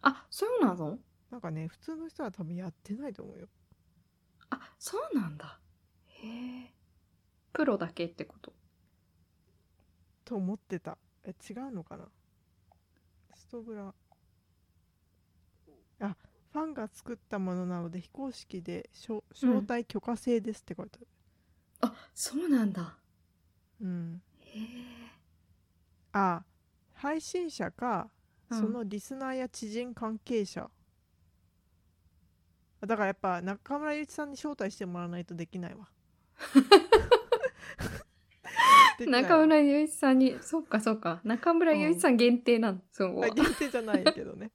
[SPEAKER 1] あ、そうなの
[SPEAKER 2] なんかね普通の人は多分やってないと思うよ
[SPEAKER 1] あ、そうなんだ。へえ。プロだけってこと。
[SPEAKER 2] と思ってたえ違うのかなストグラあファンが作ったものなので非公式で招招待許可制ですって書いてある
[SPEAKER 1] あ、そうなんだ。
[SPEAKER 2] うん
[SPEAKER 1] へえ。
[SPEAKER 2] あ配信者か、
[SPEAKER 1] うん
[SPEAKER 2] そのリスナーや知人関係者だからやっぱ中村ゆういちさんに招待してもらわないとできな いわできないわ
[SPEAKER 1] 中村雄一さんに、そっかそっか。中村雄一さん限定なの、そこは
[SPEAKER 2] あ限定じゃないけどね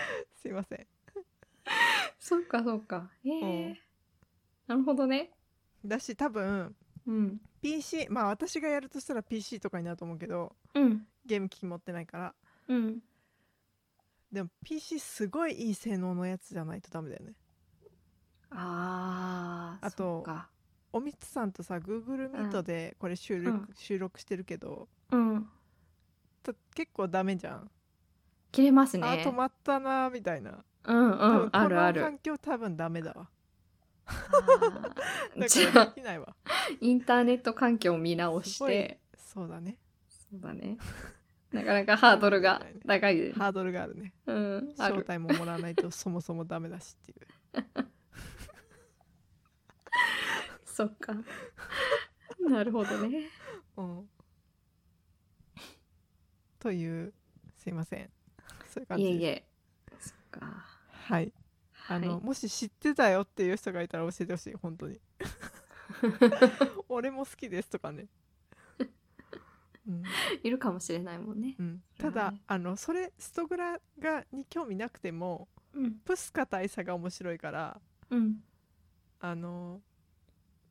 [SPEAKER 2] すいません
[SPEAKER 1] そうかそうか。ええ
[SPEAKER 2] うん
[SPEAKER 1] なるほどね。
[SPEAKER 2] だし多分
[SPEAKER 1] うん。
[SPEAKER 2] PC まあ私がやるとしたら PC とかになると思うけど
[SPEAKER 1] うん。
[SPEAKER 2] ゲーム機持ってないから
[SPEAKER 1] うん。
[SPEAKER 2] でも PC すごいいい性能のやつじゃないとダメだよね
[SPEAKER 1] ああ。
[SPEAKER 2] あと
[SPEAKER 1] そうか。
[SPEAKER 2] おみつさんとさ Google
[SPEAKER 1] うん
[SPEAKER 2] Meet でこれ収録,、
[SPEAKER 1] うん
[SPEAKER 2] 収録してるけど
[SPEAKER 1] うん。
[SPEAKER 2] た結構ダメじゃん、
[SPEAKER 1] 切れます
[SPEAKER 2] あ
[SPEAKER 1] ね。
[SPEAKER 2] 止まったなーみたいな、
[SPEAKER 1] うんう
[SPEAKER 2] 多
[SPEAKER 1] ん
[SPEAKER 2] 分。
[SPEAKER 1] あるあ
[SPEAKER 2] この環
[SPEAKER 1] る。
[SPEAKER 2] 境多分ダメだわ
[SPEAKER 1] あー
[SPEAKER 2] だ
[SPEAKER 1] じ
[SPEAKER 2] から
[SPEAKER 1] ゃ
[SPEAKER 2] できないわ
[SPEAKER 1] あ、インターネット環境を見直し
[SPEAKER 2] すごい
[SPEAKER 1] て。
[SPEAKER 2] そうだね
[SPEAKER 1] そうだね。なかなかハードル が高いです。
[SPEAKER 2] ハードルがあるね
[SPEAKER 1] うん。あ
[SPEAKER 2] 招
[SPEAKER 1] る。
[SPEAKER 2] 待ももらわないと そもそもダメだしっていう
[SPEAKER 1] そっ か。なるほどね。
[SPEAKER 2] うんというすいませんそういう感
[SPEAKER 1] い
[SPEAKER 2] じ
[SPEAKER 1] え
[SPEAKER 2] です
[SPEAKER 1] いえ。そっか。
[SPEAKER 2] はいあの、
[SPEAKER 1] はい
[SPEAKER 2] もし知ってたよっていう人がいたら教えてほしい 本当に俺も好きですと かね、うん
[SPEAKER 1] いるかもしれないもんね
[SPEAKER 2] う。ん、ただ、
[SPEAKER 1] ね
[SPEAKER 2] あのそれストグラがに興味なくても
[SPEAKER 1] うん。
[SPEAKER 2] プスカ大佐が面白いから
[SPEAKER 1] うん。
[SPEAKER 2] あの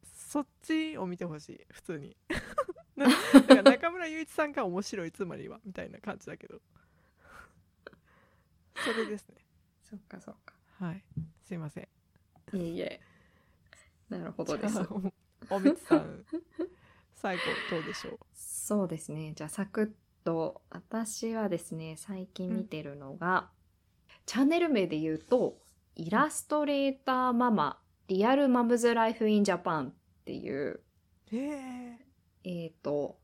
[SPEAKER 2] そっちを見てほしい普通に なだから中村雄一さんが面白いつまりはみたいな感じだ けどそれですね
[SPEAKER 1] そっかそっか。
[SPEAKER 2] はいすいません
[SPEAKER 1] いえいえ。なるほどです
[SPEAKER 2] じゃ。あおおみつさん最後どうでしょう
[SPEAKER 1] そうですね。じゃあサクッと私はですね最近見てるのが、チャンネル名で言うとイラストレーターママリアルマムズライフインジャパンっていう
[SPEAKER 2] へえ
[SPEAKER 1] えっ、と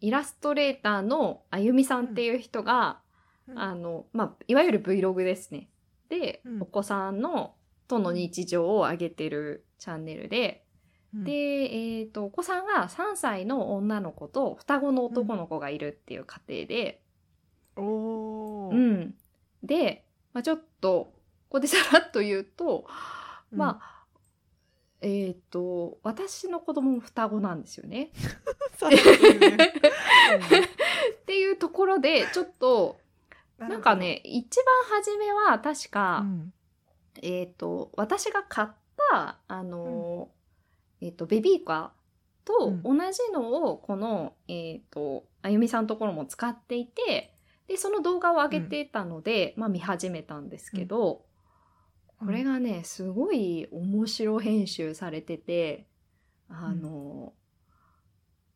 [SPEAKER 1] イラストレーターのあゆみさんっていう人が、
[SPEAKER 2] うん
[SPEAKER 1] あのまあいわゆる Vlog ですね。で、
[SPEAKER 2] うん
[SPEAKER 1] お子さんのとの日常を上げてるチャンネルで、で、
[SPEAKER 2] うん
[SPEAKER 1] えー、とお子さんが3歳の女の子と双子の男の子がいるっていう家庭で、
[SPEAKER 2] おお、
[SPEAKER 1] うんで、まあ、ちょっとここでさらっと言うと、まあえー、と私の子供も双子なんですよね。
[SPEAKER 2] さらっと言うね
[SPEAKER 1] っていうところでちょっと
[SPEAKER 2] う
[SPEAKER 1] なんか、ね一番初めは確
[SPEAKER 2] う
[SPEAKER 1] か、
[SPEAKER 2] ん、
[SPEAKER 1] えー、と私が買ったあのー、えー、とベビーカーと同じのをこの、えー、とあゆみさんのところも使っていてでその動画を上げてたので、まあ、見始めたんですけど、これがねすごい面白編集されててあの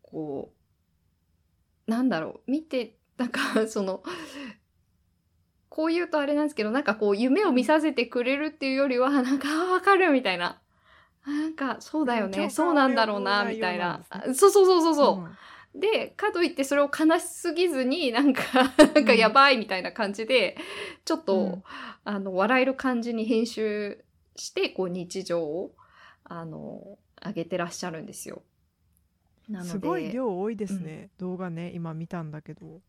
[SPEAKER 1] ー、こうなんだろう見てなんか そのこう言うとあれなんですけど、なんかこう夢を見させてくれるっていうよりは、なんか、あーわかるみたいな。あなんか、そうだよ
[SPEAKER 2] う
[SPEAKER 1] ね。
[SPEAKER 2] ん
[SPEAKER 1] そうなんだろうな、
[SPEAKER 2] 共
[SPEAKER 1] みたい
[SPEAKER 2] 感を
[SPEAKER 1] な。
[SPEAKER 2] 呼ぶ内容なん
[SPEAKER 1] あそうそうそうそう
[SPEAKER 2] う
[SPEAKER 1] そ
[SPEAKER 2] ん
[SPEAKER 1] う、で、かといってそれを悲しすぎずに、なんか、なんかやばいみたいな感じで、ちょっと、
[SPEAKER 2] うん
[SPEAKER 1] あの、笑える感じに編集して、こう日常を、あの、上げてらっしゃるんですよ。なのです
[SPEAKER 2] ごい量多いですね、動画ね今見たんだけど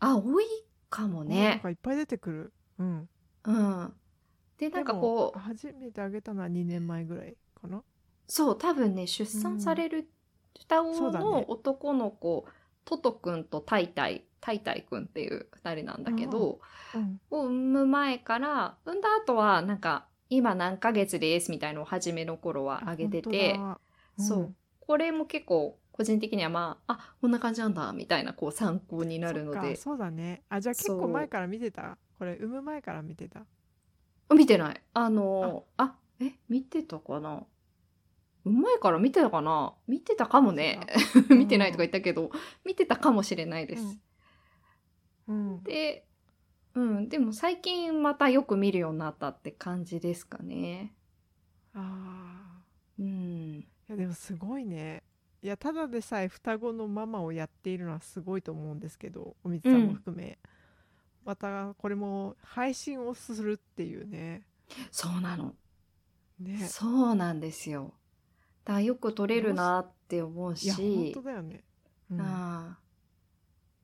[SPEAKER 1] あ、多いかも
[SPEAKER 2] なん
[SPEAKER 1] ね。
[SPEAKER 2] かいっぱい出てくるうん
[SPEAKER 1] うん。で、なんか
[SPEAKER 2] でも
[SPEAKER 1] こう、
[SPEAKER 2] 初めてあげたのは2年前ぐらいかな
[SPEAKER 1] そう多分ね出産される双
[SPEAKER 2] そ
[SPEAKER 1] 子
[SPEAKER 2] うだね
[SPEAKER 1] の男の子、トト君とタイタイタイタイ君っていう2人なんだけど、
[SPEAKER 2] うん
[SPEAKER 1] を産む前から産んだ後はなんか今何ヶ月ですみたいのを初めの頃は上げてて、
[SPEAKER 2] 本
[SPEAKER 1] そうこれも結構個人的にはまああこんな感じなんだみたいなこう参考に
[SPEAKER 2] 当だ
[SPEAKER 1] なるの
[SPEAKER 2] そっ
[SPEAKER 1] で
[SPEAKER 2] かそうだねあじゃあ結
[SPEAKER 1] そ
[SPEAKER 2] 構
[SPEAKER 1] う
[SPEAKER 2] 前から見てたこれ産む前から見てた
[SPEAKER 1] 見てないあのあえ見てたかな産む前から見てたかな見てたかもね
[SPEAKER 2] う ん
[SPEAKER 1] 見てないとか言ったけど、見てたかもしれないです。
[SPEAKER 2] うん
[SPEAKER 1] で、うん、でも最近またよく見るようになったって感じですかね。
[SPEAKER 2] あ
[SPEAKER 1] うん。
[SPEAKER 2] ーいやでもすごいねいやただでさえ双子のママをやっているのはすごいと思うんですけどお水さんも含め、またこれも配信をするっていうね
[SPEAKER 1] そうなの。
[SPEAKER 2] ね
[SPEAKER 1] そうなんですよ。だからよく撮れるなって思う
[SPEAKER 2] いや本
[SPEAKER 1] し
[SPEAKER 2] 当、だよね、うん
[SPEAKER 1] あ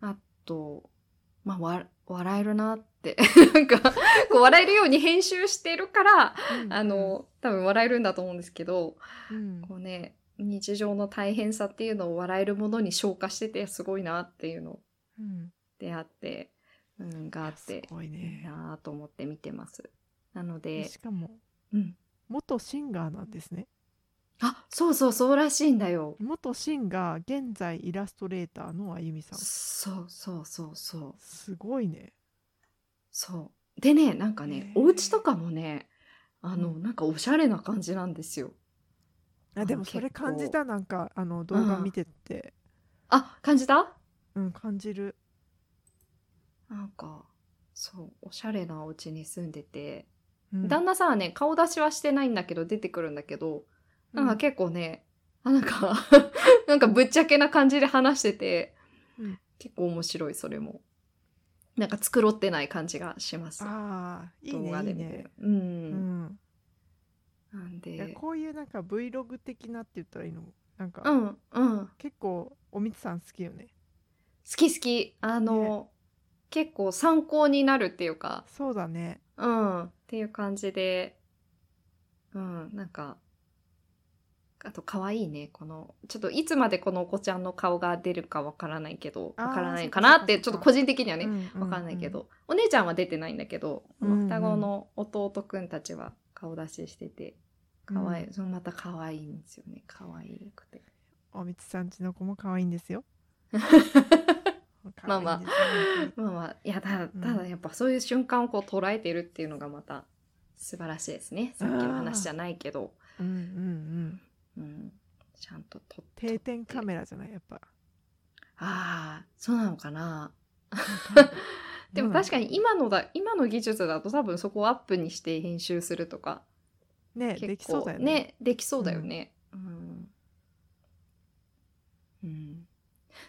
[SPEAKER 1] ああと、まあ、わ笑えるなって、 なんか、こう笑えるように編集してるから、
[SPEAKER 2] うん
[SPEAKER 1] あの、多分笑えるんだと思うんですけど、
[SPEAKER 2] うん
[SPEAKER 1] こうね、日常の大変さっていうのを笑えるものに昇華しててすごいなっていうの
[SPEAKER 2] うん
[SPEAKER 1] であって、うん、があっ
[SPEAKER 2] す
[SPEAKER 1] て、
[SPEAKER 2] ごい
[SPEAKER 1] いい
[SPEAKER 2] ね
[SPEAKER 1] なぁと思って見てます。なの
[SPEAKER 2] で
[SPEAKER 1] で、
[SPEAKER 2] しかも
[SPEAKER 1] うん。
[SPEAKER 2] 元シンガーなんですね
[SPEAKER 1] あ、そうそう、そうらしいんだよ。
[SPEAKER 2] 元シンガー現在イラストレーターのあゆみさん
[SPEAKER 1] そうそうそうそう。
[SPEAKER 2] すごいね
[SPEAKER 1] そう。でね、なんか
[SPEAKER 2] へ
[SPEAKER 1] ね
[SPEAKER 2] え、
[SPEAKER 1] お家とかもね、あの、
[SPEAKER 2] うん
[SPEAKER 1] なんかおしゃれな感じなんですよ。
[SPEAKER 2] あ
[SPEAKER 1] あ
[SPEAKER 2] でもそれ
[SPEAKER 1] 結構
[SPEAKER 2] 感じたなんかあの動画見てって
[SPEAKER 1] あ、感じた
[SPEAKER 2] うん感じる
[SPEAKER 1] なんか、そう、おしゃれなお家に住んでて、
[SPEAKER 2] うん
[SPEAKER 1] 旦那さんはね、顔出しはしてないんだけど、出てくるんだけど、なんか結構ね、あなんか、 なんかぶっちゃけな感じで話してて、
[SPEAKER 2] うん
[SPEAKER 1] 結構面白い、それも。なんか繕ってない感じがします。
[SPEAKER 2] あーいいね
[SPEAKER 1] 動画
[SPEAKER 2] い
[SPEAKER 1] で
[SPEAKER 2] い
[SPEAKER 1] 見て
[SPEAKER 2] ね
[SPEAKER 1] う。
[SPEAKER 2] うんん
[SPEAKER 1] なん
[SPEAKER 2] いや
[SPEAKER 1] で、
[SPEAKER 2] こういうなんか Vlog 的なって言ったらいいのなん
[SPEAKER 1] う
[SPEAKER 2] か
[SPEAKER 1] ん、うん。好
[SPEAKER 2] 結構おみつさん好きよね
[SPEAKER 1] き好き。あの、結構参考になるっていうか、
[SPEAKER 2] そうだね
[SPEAKER 1] うん、っていう感じで、うん、なんか、あと可愛いね、この、ちょっといつまでこのお子ちゃんの顔が出るかわからないけど、
[SPEAKER 2] あー
[SPEAKER 1] わからないかなって、ち
[SPEAKER 2] そ
[SPEAKER 1] ょ
[SPEAKER 2] っ
[SPEAKER 1] っ
[SPEAKER 2] かそ
[SPEAKER 1] と個
[SPEAKER 2] っか
[SPEAKER 1] 人的にはね、
[SPEAKER 2] わ
[SPEAKER 1] わかんないけど、お姉ちゃんは出てないんだけど、こ
[SPEAKER 2] うんう
[SPEAKER 1] の
[SPEAKER 2] ん
[SPEAKER 1] 双子の弟くんたちは顔出ししてて、可愛い、
[SPEAKER 2] う
[SPEAKER 1] そのまた可愛いんですよね、可愛くて。
[SPEAKER 2] おみつさんちの子も可愛いんですよ
[SPEAKER 1] まあまあ
[SPEAKER 2] 可愛いんですよ
[SPEAKER 1] まあまあいやただ
[SPEAKER 2] うん
[SPEAKER 1] ただやっぱそういう瞬間をこう捉えてるっていうのがまた素晴らしいですねさっきの話じゃないけど、
[SPEAKER 2] うんうんうん
[SPEAKER 1] うん、ちゃんと撮って
[SPEAKER 2] 定点カメラじゃないやっぱ
[SPEAKER 1] ああそうなのかな でも
[SPEAKER 2] どうなの
[SPEAKER 1] 確かに今のだ今の技術だと多分そこをアップにして編集するとか
[SPEAKER 2] ね
[SPEAKER 1] 結構
[SPEAKER 2] できそうだよね
[SPEAKER 1] できそうだよねうん、うん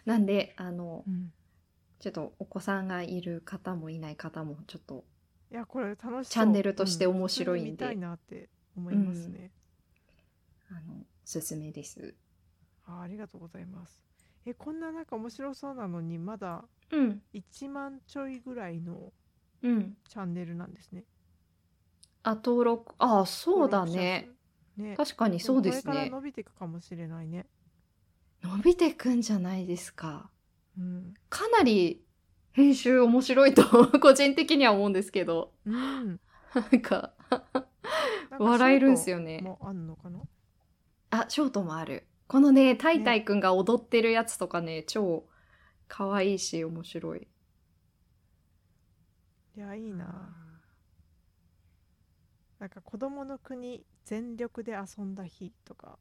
[SPEAKER 1] なんであの
[SPEAKER 2] うん
[SPEAKER 1] ちょっとお子さんがいる方もいない方もちょっと
[SPEAKER 2] いやこれ楽しそう
[SPEAKER 1] チャンネルとして面白いんで
[SPEAKER 2] うん普通に見たいなって思いますね、
[SPEAKER 1] あの勧めです
[SPEAKER 2] あーありがとうございますえこんななんか面白そうなのにまだ
[SPEAKER 1] うん
[SPEAKER 2] 1万ちょいぐらいの
[SPEAKER 1] うん
[SPEAKER 2] チャンネルなんですね
[SPEAKER 1] あ登録ああそうだね
[SPEAKER 2] 登録者数ね
[SPEAKER 1] 確かにそうです
[SPEAKER 2] もこれから
[SPEAKER 1] ね
[SPEAKER 2] 伸びていくかもしれないね
[SPEAKER 1] 伸びてくんじゃないですか
[SPEAKER 2] うん、
[SPEAKER 1] かなり編集面白いと個人的には思うんですけど
[SPEAKER 2] うん、なん
[SPEAKER 1] なんか
[SPEAKER 2] か
[SPEAKER 1] 笑えるんですよ
[SPEAKER 2] ショー
[SPEAKER 1] ね
[SPEAKER 2] トもあんのかな
[SPEAKER 1] あショートもあるこのねタイタイくんが踊ってるやつとかね超可愛いし面白い
[SPEAKER 2] いやいいななんか子供の国全力で遊んだ日 とか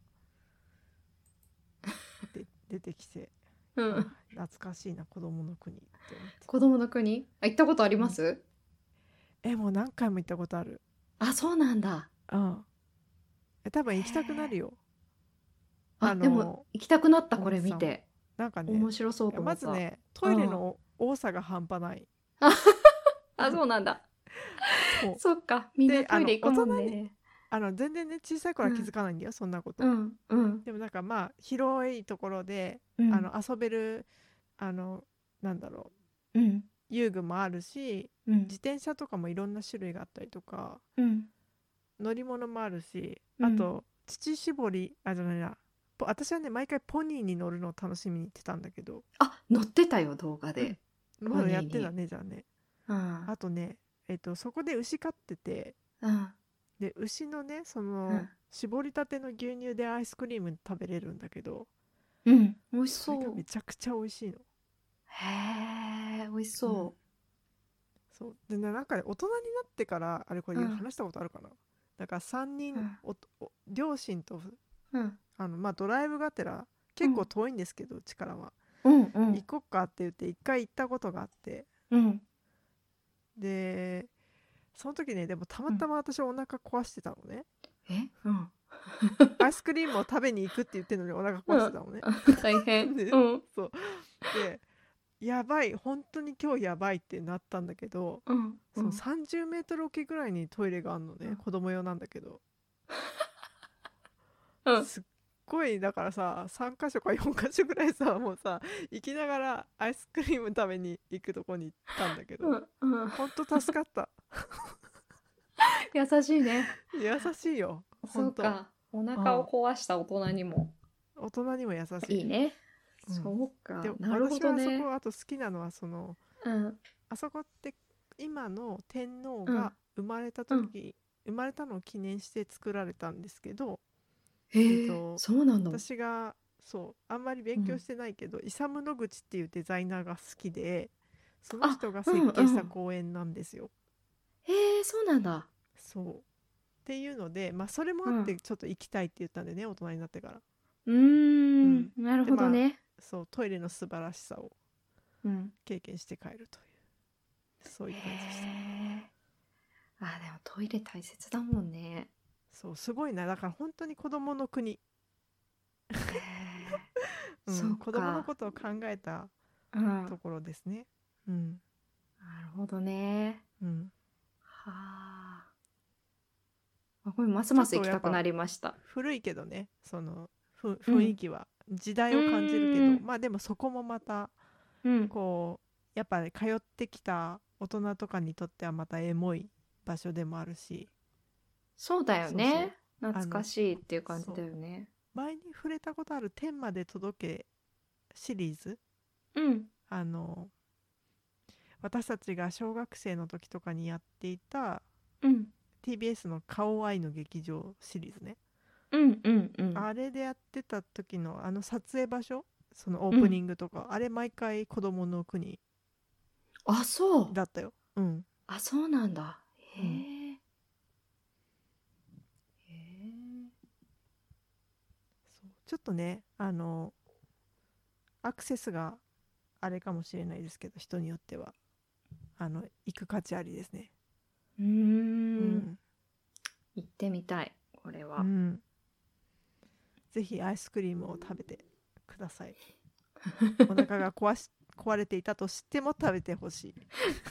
[SPEAKER 2] で出てき て
[SPEAKER 1] う
[SPEAKER 2] あ
[SPEAKER 1] ん
[SPEAKER 2] 懐かしいな子供の国って思って
[SPEAKER 1] 子供の国あ行ったことあります、
[SPEAKER 2] えもう何回も行ったことある
[SPEAKER 1] あそうなんだ
[SPEAKER 2] うんえ多分行きたくなるよ
[SPEAKER 1] あ
[SPEAKER 2] あの
[SPEAKER 1] でも行きたくなったこれ見て
[SPEAKER 2] なんかね
[SPEAKER 1] 面白そう
[SPEAKER 2] い
[SPEAKER 1] と
[SPEAKER 2] や
[SPEAKER 1] 思
[SPEAKER 2] ま
[SPEAKER 1] っ
[SPEAKER 2] ず
[SPEAKER 1] た、
[SPEAKER 2] ねトイレの多さが半端ない
[SPEAKER 1] あそうなんだ
[SPEAKER 2] そう
[SPEAKER 1] そっかみんなトイレ行くもん
[SPEAKER 2] であの大
[SPEAKER 1] ね
[SPEAKER 2] あの全然ね小さい頃は気づかないんだよ、そんなこと、
[SPEAKER 1] うんうん、
[SPEAKER 2] でもなんかまあ広いところで
[SPEAKER 1] うん、
[SPEAKER 2] あの遊べるあのなんだろ
[SPEAKER 1] うん
[SPEAKER 2] う遊具もあるし
[SPEAKER 1] うん
[SPEAKER 2] 自転車とかもいろんな種類があったりとか
[SPEAKER 1] うん
[SPEAKER 2] 乗り物もあるし
[SPEAKER 1] う
[SPEAKER 2] あ
[SPEAKER 1] ん
[SPEAKER 2] と乳搾りあじゃないなポ私はね毎回ポニーに乗るのを楽しみに行ってたんだけど
[SPEAKER 1] あ乗ってたよ動画で、
[SPEAKER 2] まだやって
[SPEAKER 1] ポニー
[SPEAKER 2] た
[SPEAKER 1] に
[SPEAKER 2] ねじゃあね
[SPEAKER 1] うん
[SPEAKER 2] あとねえっ、とそこで牛飼ってて
[SPEAKER 1] うん
[SPEAKER 2] で牛のねその、
[SPEAKER 1] うん
[SPEAKER 2] 絞りたての牛乳でアイスクリーム食べれるんだけど
[SPEAKER 1] うん、美味し
[SPEAKER 2] そ
[SPEAKER 1] そ
[SPEAKER 2] れが
[SPEAKER 1] う
[SPEAKER 2] めちゃくちゃ美味しいの
[SPEAKER 1] へえ美味しそう、
[SPEAKER 2] うんそうでねなんかね大人になってからあれこれ
[SPEAKER 1] うん
[SPEAKER 2] 話したことあるかな、だから3人、
[SPEAKER 1] うん
[SPEAKER 2] おとお両親と
[SPEAKER 1] うん
[SPEAKER 2] あの、まあ、ドライブがてら結構遠いんですけど、うちからは
[SPEAKER 1] うんう
[SPEAKER 2] 行
[SPEAKER 1] ん
[SPEAKER 2] こっかって言って一回行ったことがあって
[SPEAKER 1] うん
[SPEAKER 2] でその時ねでもたまたま私お腹壊してたのね、
[SPEAKER 1] えうん
[SPEAKER 2] アイスクリームを食べに行くって言ってるのにお腹壊してたのね、
[SPEAKER 1] あ大変
[SPEAKER 2] ね
[SPEAKER 1] うん
[SPEAKER 2] そうでやばい本当に今日やばいってなったんだけど
[SPEAKER 1] うん
[SPEAKER 2] その30メートル沖ぐらいにトイレがあるのね、
[SPEAKER 1] うん
[SPEAKER 2] 子供用なんだけど、
[SPEAKER 1] うん
[SPEAKER 2] すっごいだからさ3か所か4か所ぐらいさもうさ行きながらアイスクリーム食べに行くとこに行ったんだけど、
[SPEAKER 1] うんうん
[SPEAKER 2] ほんと助かった
[SPEAKER 1] 優しいね
[SPEAKER 2] 優しいよ
[SPEAKER 1] そ
[SPEAKER 2] ほ
[SPEAKER 1] うん
[SPEAKER 2] と
[SPEAKER 1] かお腹を壊した大人にも
[SPEAKER 2] 大人にも優しい
[SPEAKER 1] いいね、
[SPEAKER 2] うん
[SPEAKER 1] そうか
[SPEAKER 2] でも
[SPEAKER 1] なるほ
[SPEAKER 2] 私
[SPEAKER 1] ど
[SPEAKER 2] はあそ
[SPEAKER 1] ね
[SPEAKER 2] こあと好きなのはその
[SPEAKER 1] うん
[SPEAKER 2] あそこって今の天皇
[SPEAKER 1] うん
[SPEAKER 2] が生まれた時、生まれたのを記念して作られたんですけど、
[SPEAKER 1] へ
[SPEAKER 2] えっと
[SPEAKER 1] そうなんだ
[SPEAKER 2] 私がそうあんまり勉強してないけど、イサム・ノグチっていうデザイナーが好きでその人が設計し
[SPEAKER 1] うんう
[SPEAKER 2] た
[SPEAKER 1] ん
[SPEAKER 2] 公園なんですよ。
[SPEAKER 1] へえそうなんだ
[SPEAKER 2] そうっていうので、まあ、それもあっ
[SPEAKER 1] う
[SPEAKER 2] てちょっと行きたいって言ったんでね、大人になってから
[SPEAKER 1] うーんなるほどね、
[SPEAKER 2] そうトイレの素晴らしさを
[SPEAKER 1] うん
[SPEAKER 2] 経験して帰るというそう
[SPEAKER 1] へ
[SPEAKER 2] いう感じでした。
[SPEAKER 1] えあでもトイレ大切だもんね
[SPEAKER 2] そうすごいなだから本当に子供の国、
[SPEAKER 1] へ
[SPEAKER 2] う
[SPEAKER 1] え
[SPEAKER 2] ん
[SPEAKER 1] そうか
[SPEAKER 2] 子供のことを考えた
[SPEAKER 1] うん
[SPEAKER 2] ところですね。うん、
[SPEAKER 1] なるほどね。
[SPEAKER 2] うん、
[SPEAKER 1] はあ。あこれますます行きたくなりました。
[SPEAKER 2] 古いけどねそのふ
[SPEAKER 1] うん
[SPEAKER 2] 雰囲気は、時代を感じるけど、
[SPEAKER 1] うん
[SPEAKER 2] まあでもそこもまた
[SPEAKER 1] うん。
[SPEAKER 2] こうやっぱ、ね、通ってきた大人とかにとってはまたエモい場所でもあるし
[SPEAKER 1] そうだよね。
[SPEAKER 2] そうそう
[SPEAKER 1] 懐かしいっていう感じだよね。
[SPEAKER 2] 前に触れたことある「天まで届け」シリーズ
[SPEAKER 1] うん。
[SPEAKER 2] あの私たちが小学生の時とかにやっていた
[SPEAKER 1] うん。
[SPEAKER 2] TBS の「顔愛の劇場」シリーズね
[SPEAKER 1] うんうんうん。
[SPEAKER 2] あれでやってた時のあの撮影場所そのオープニングとか、あれ毎回子供の国
[SPEAKER 1] あ、そう。
[SPEAKER 2] だったよ。うん、
[SPEAKER 1] あ、そうなんだ。へえ。
[SPEAKER 2] うん
[SPEAKER 1] へえ。
[SPEAKER 2] そうちょっとねあのアクセスがあれかもしれないですけど人によってはあの行く価値ありですね。
[SPEAKER 1] うー。
[SPEAKER 2] うん
[SPEAKER 1] 行ってみたい。これは。
[SPEAKER 2] うんぜひアイスクリームを食べてください。お腹が壊し壊れていたとしても食べてほしい。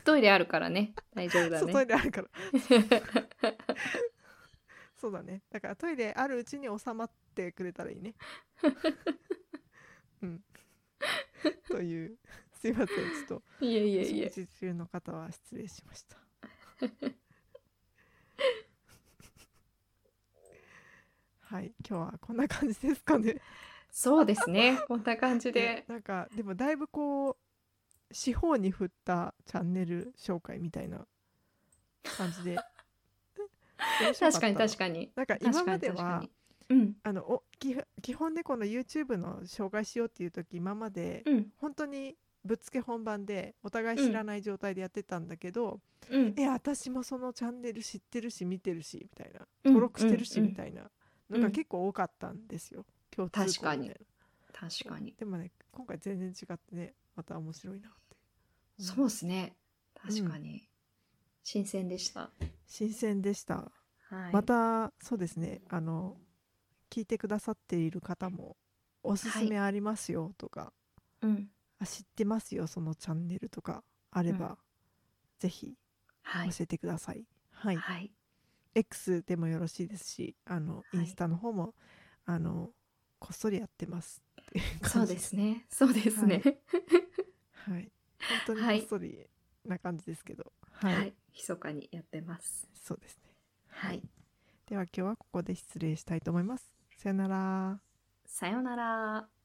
[SPEAKER 1] トイレあるからね。大丈夫だ
[SPEAKER 2] そうト
[SPEAKER 1] ね。
[SPEAKER 2] イレあるからそうだねだからトイレあるうちに収まってくれたらい いねうんというすいませんちょっと
[SPEAKER 1] いやいやいや。
[SPEAKER 2] 食事中の方は失礼しま したはい今日はこんな感じですかね
[SPEAKER 1] そうですね。こんな感じ で。
[SPEAKER 2] なんかでもだいぶこう四方に振ったチャンネル紹介みたいな 感じで
[SPEAKER 1] 確かに確
[SPEAKER 2] か
[SPEAKER 1] かに。
[SPEAKER 2] なんか
[SPEAKER 1] 確
[SPEAKER 2] 今
[SPEAKER 1] か
[SPEAKER 2] ま
[SPEAKER 1] に
[SPEAKER 2] で
[SPEAKER 1] 確か
[SPEAKER 2] は
[SPEAKER 1] に。うん。
[SPEAKER 2] あのお基本基本でこの YouTube の紹介しようっていう時今まで
[SPEAKER 1] うん。
[SPEAKER 2] 本当にぶっつけ本番でお互い知らない状態でやってたんだけど、
[SPEAKER 1] うん。
[SPEAKER 2] え私もそのチャンネル知ってるし見てるしみたいな
[SPEAKER 1] うん
[SPEAKER 2] 登録してるし
[SPEAKER 1] うん
[SPEAKER 2] みたいなのが結構多かったんですよ、共通項みたい
[SPEAKER 1] 確
[SPEAKER 2] な
[SPEAKER 1] かに確かに。
[SPEAKER 2] でもね今回全然違ってねまた面白いなって
[SPEAKER 1] そうですね。確かに。新鮮でした。
[SPEAKER 2] 新鮮でした、
[SPEAKER 1] はい。
[SPEAKER 2] またそうですねあの聞いてくださっている方もおすすめありますよとか、
[SPEAKER 1] うん。
[SPEAKER 2] あ知ってますよそのチャンネルとかあれば、
[SPEAKER 1] うん
[SPEAKER 2] ぜひ
[SPEAKER 1] は
[SPEAKER 2] 教
[SPEAKER 1] い。
[SPEAKER 2] えてください、はい
[SPEAKER 1] はい。
[SPEAKER 2] X でもよろしいですしあの、
[SPEAKER 1] い
[SPEAKER 2] インスタの方もあのこっそりやってますっていう
[SPEAKER 1] そ
[SPEAKER 2] 感
[SPEAKER 1] う
[SPEAKER 2] じ
[SPEAKER 1] ですね。そうですね。
[SPEAKER 2] はい本当
[SPEAKER 1] は
[SPEAKER 2] に
[SPEAKER 1] い
[SPEAKER 2] こっそりな感じですけど
[SPEAKER 1] は、
[SPEAKER 2] はいい、
[SPEAKER 1] 密かにやってます。
[SPEAKER 2] そうですね
[SPEAKER 1] はい、
[SPEAKER 2] では今日はここで失礼したいと思います。さよなら。
[SPEAKER 1] さようなら。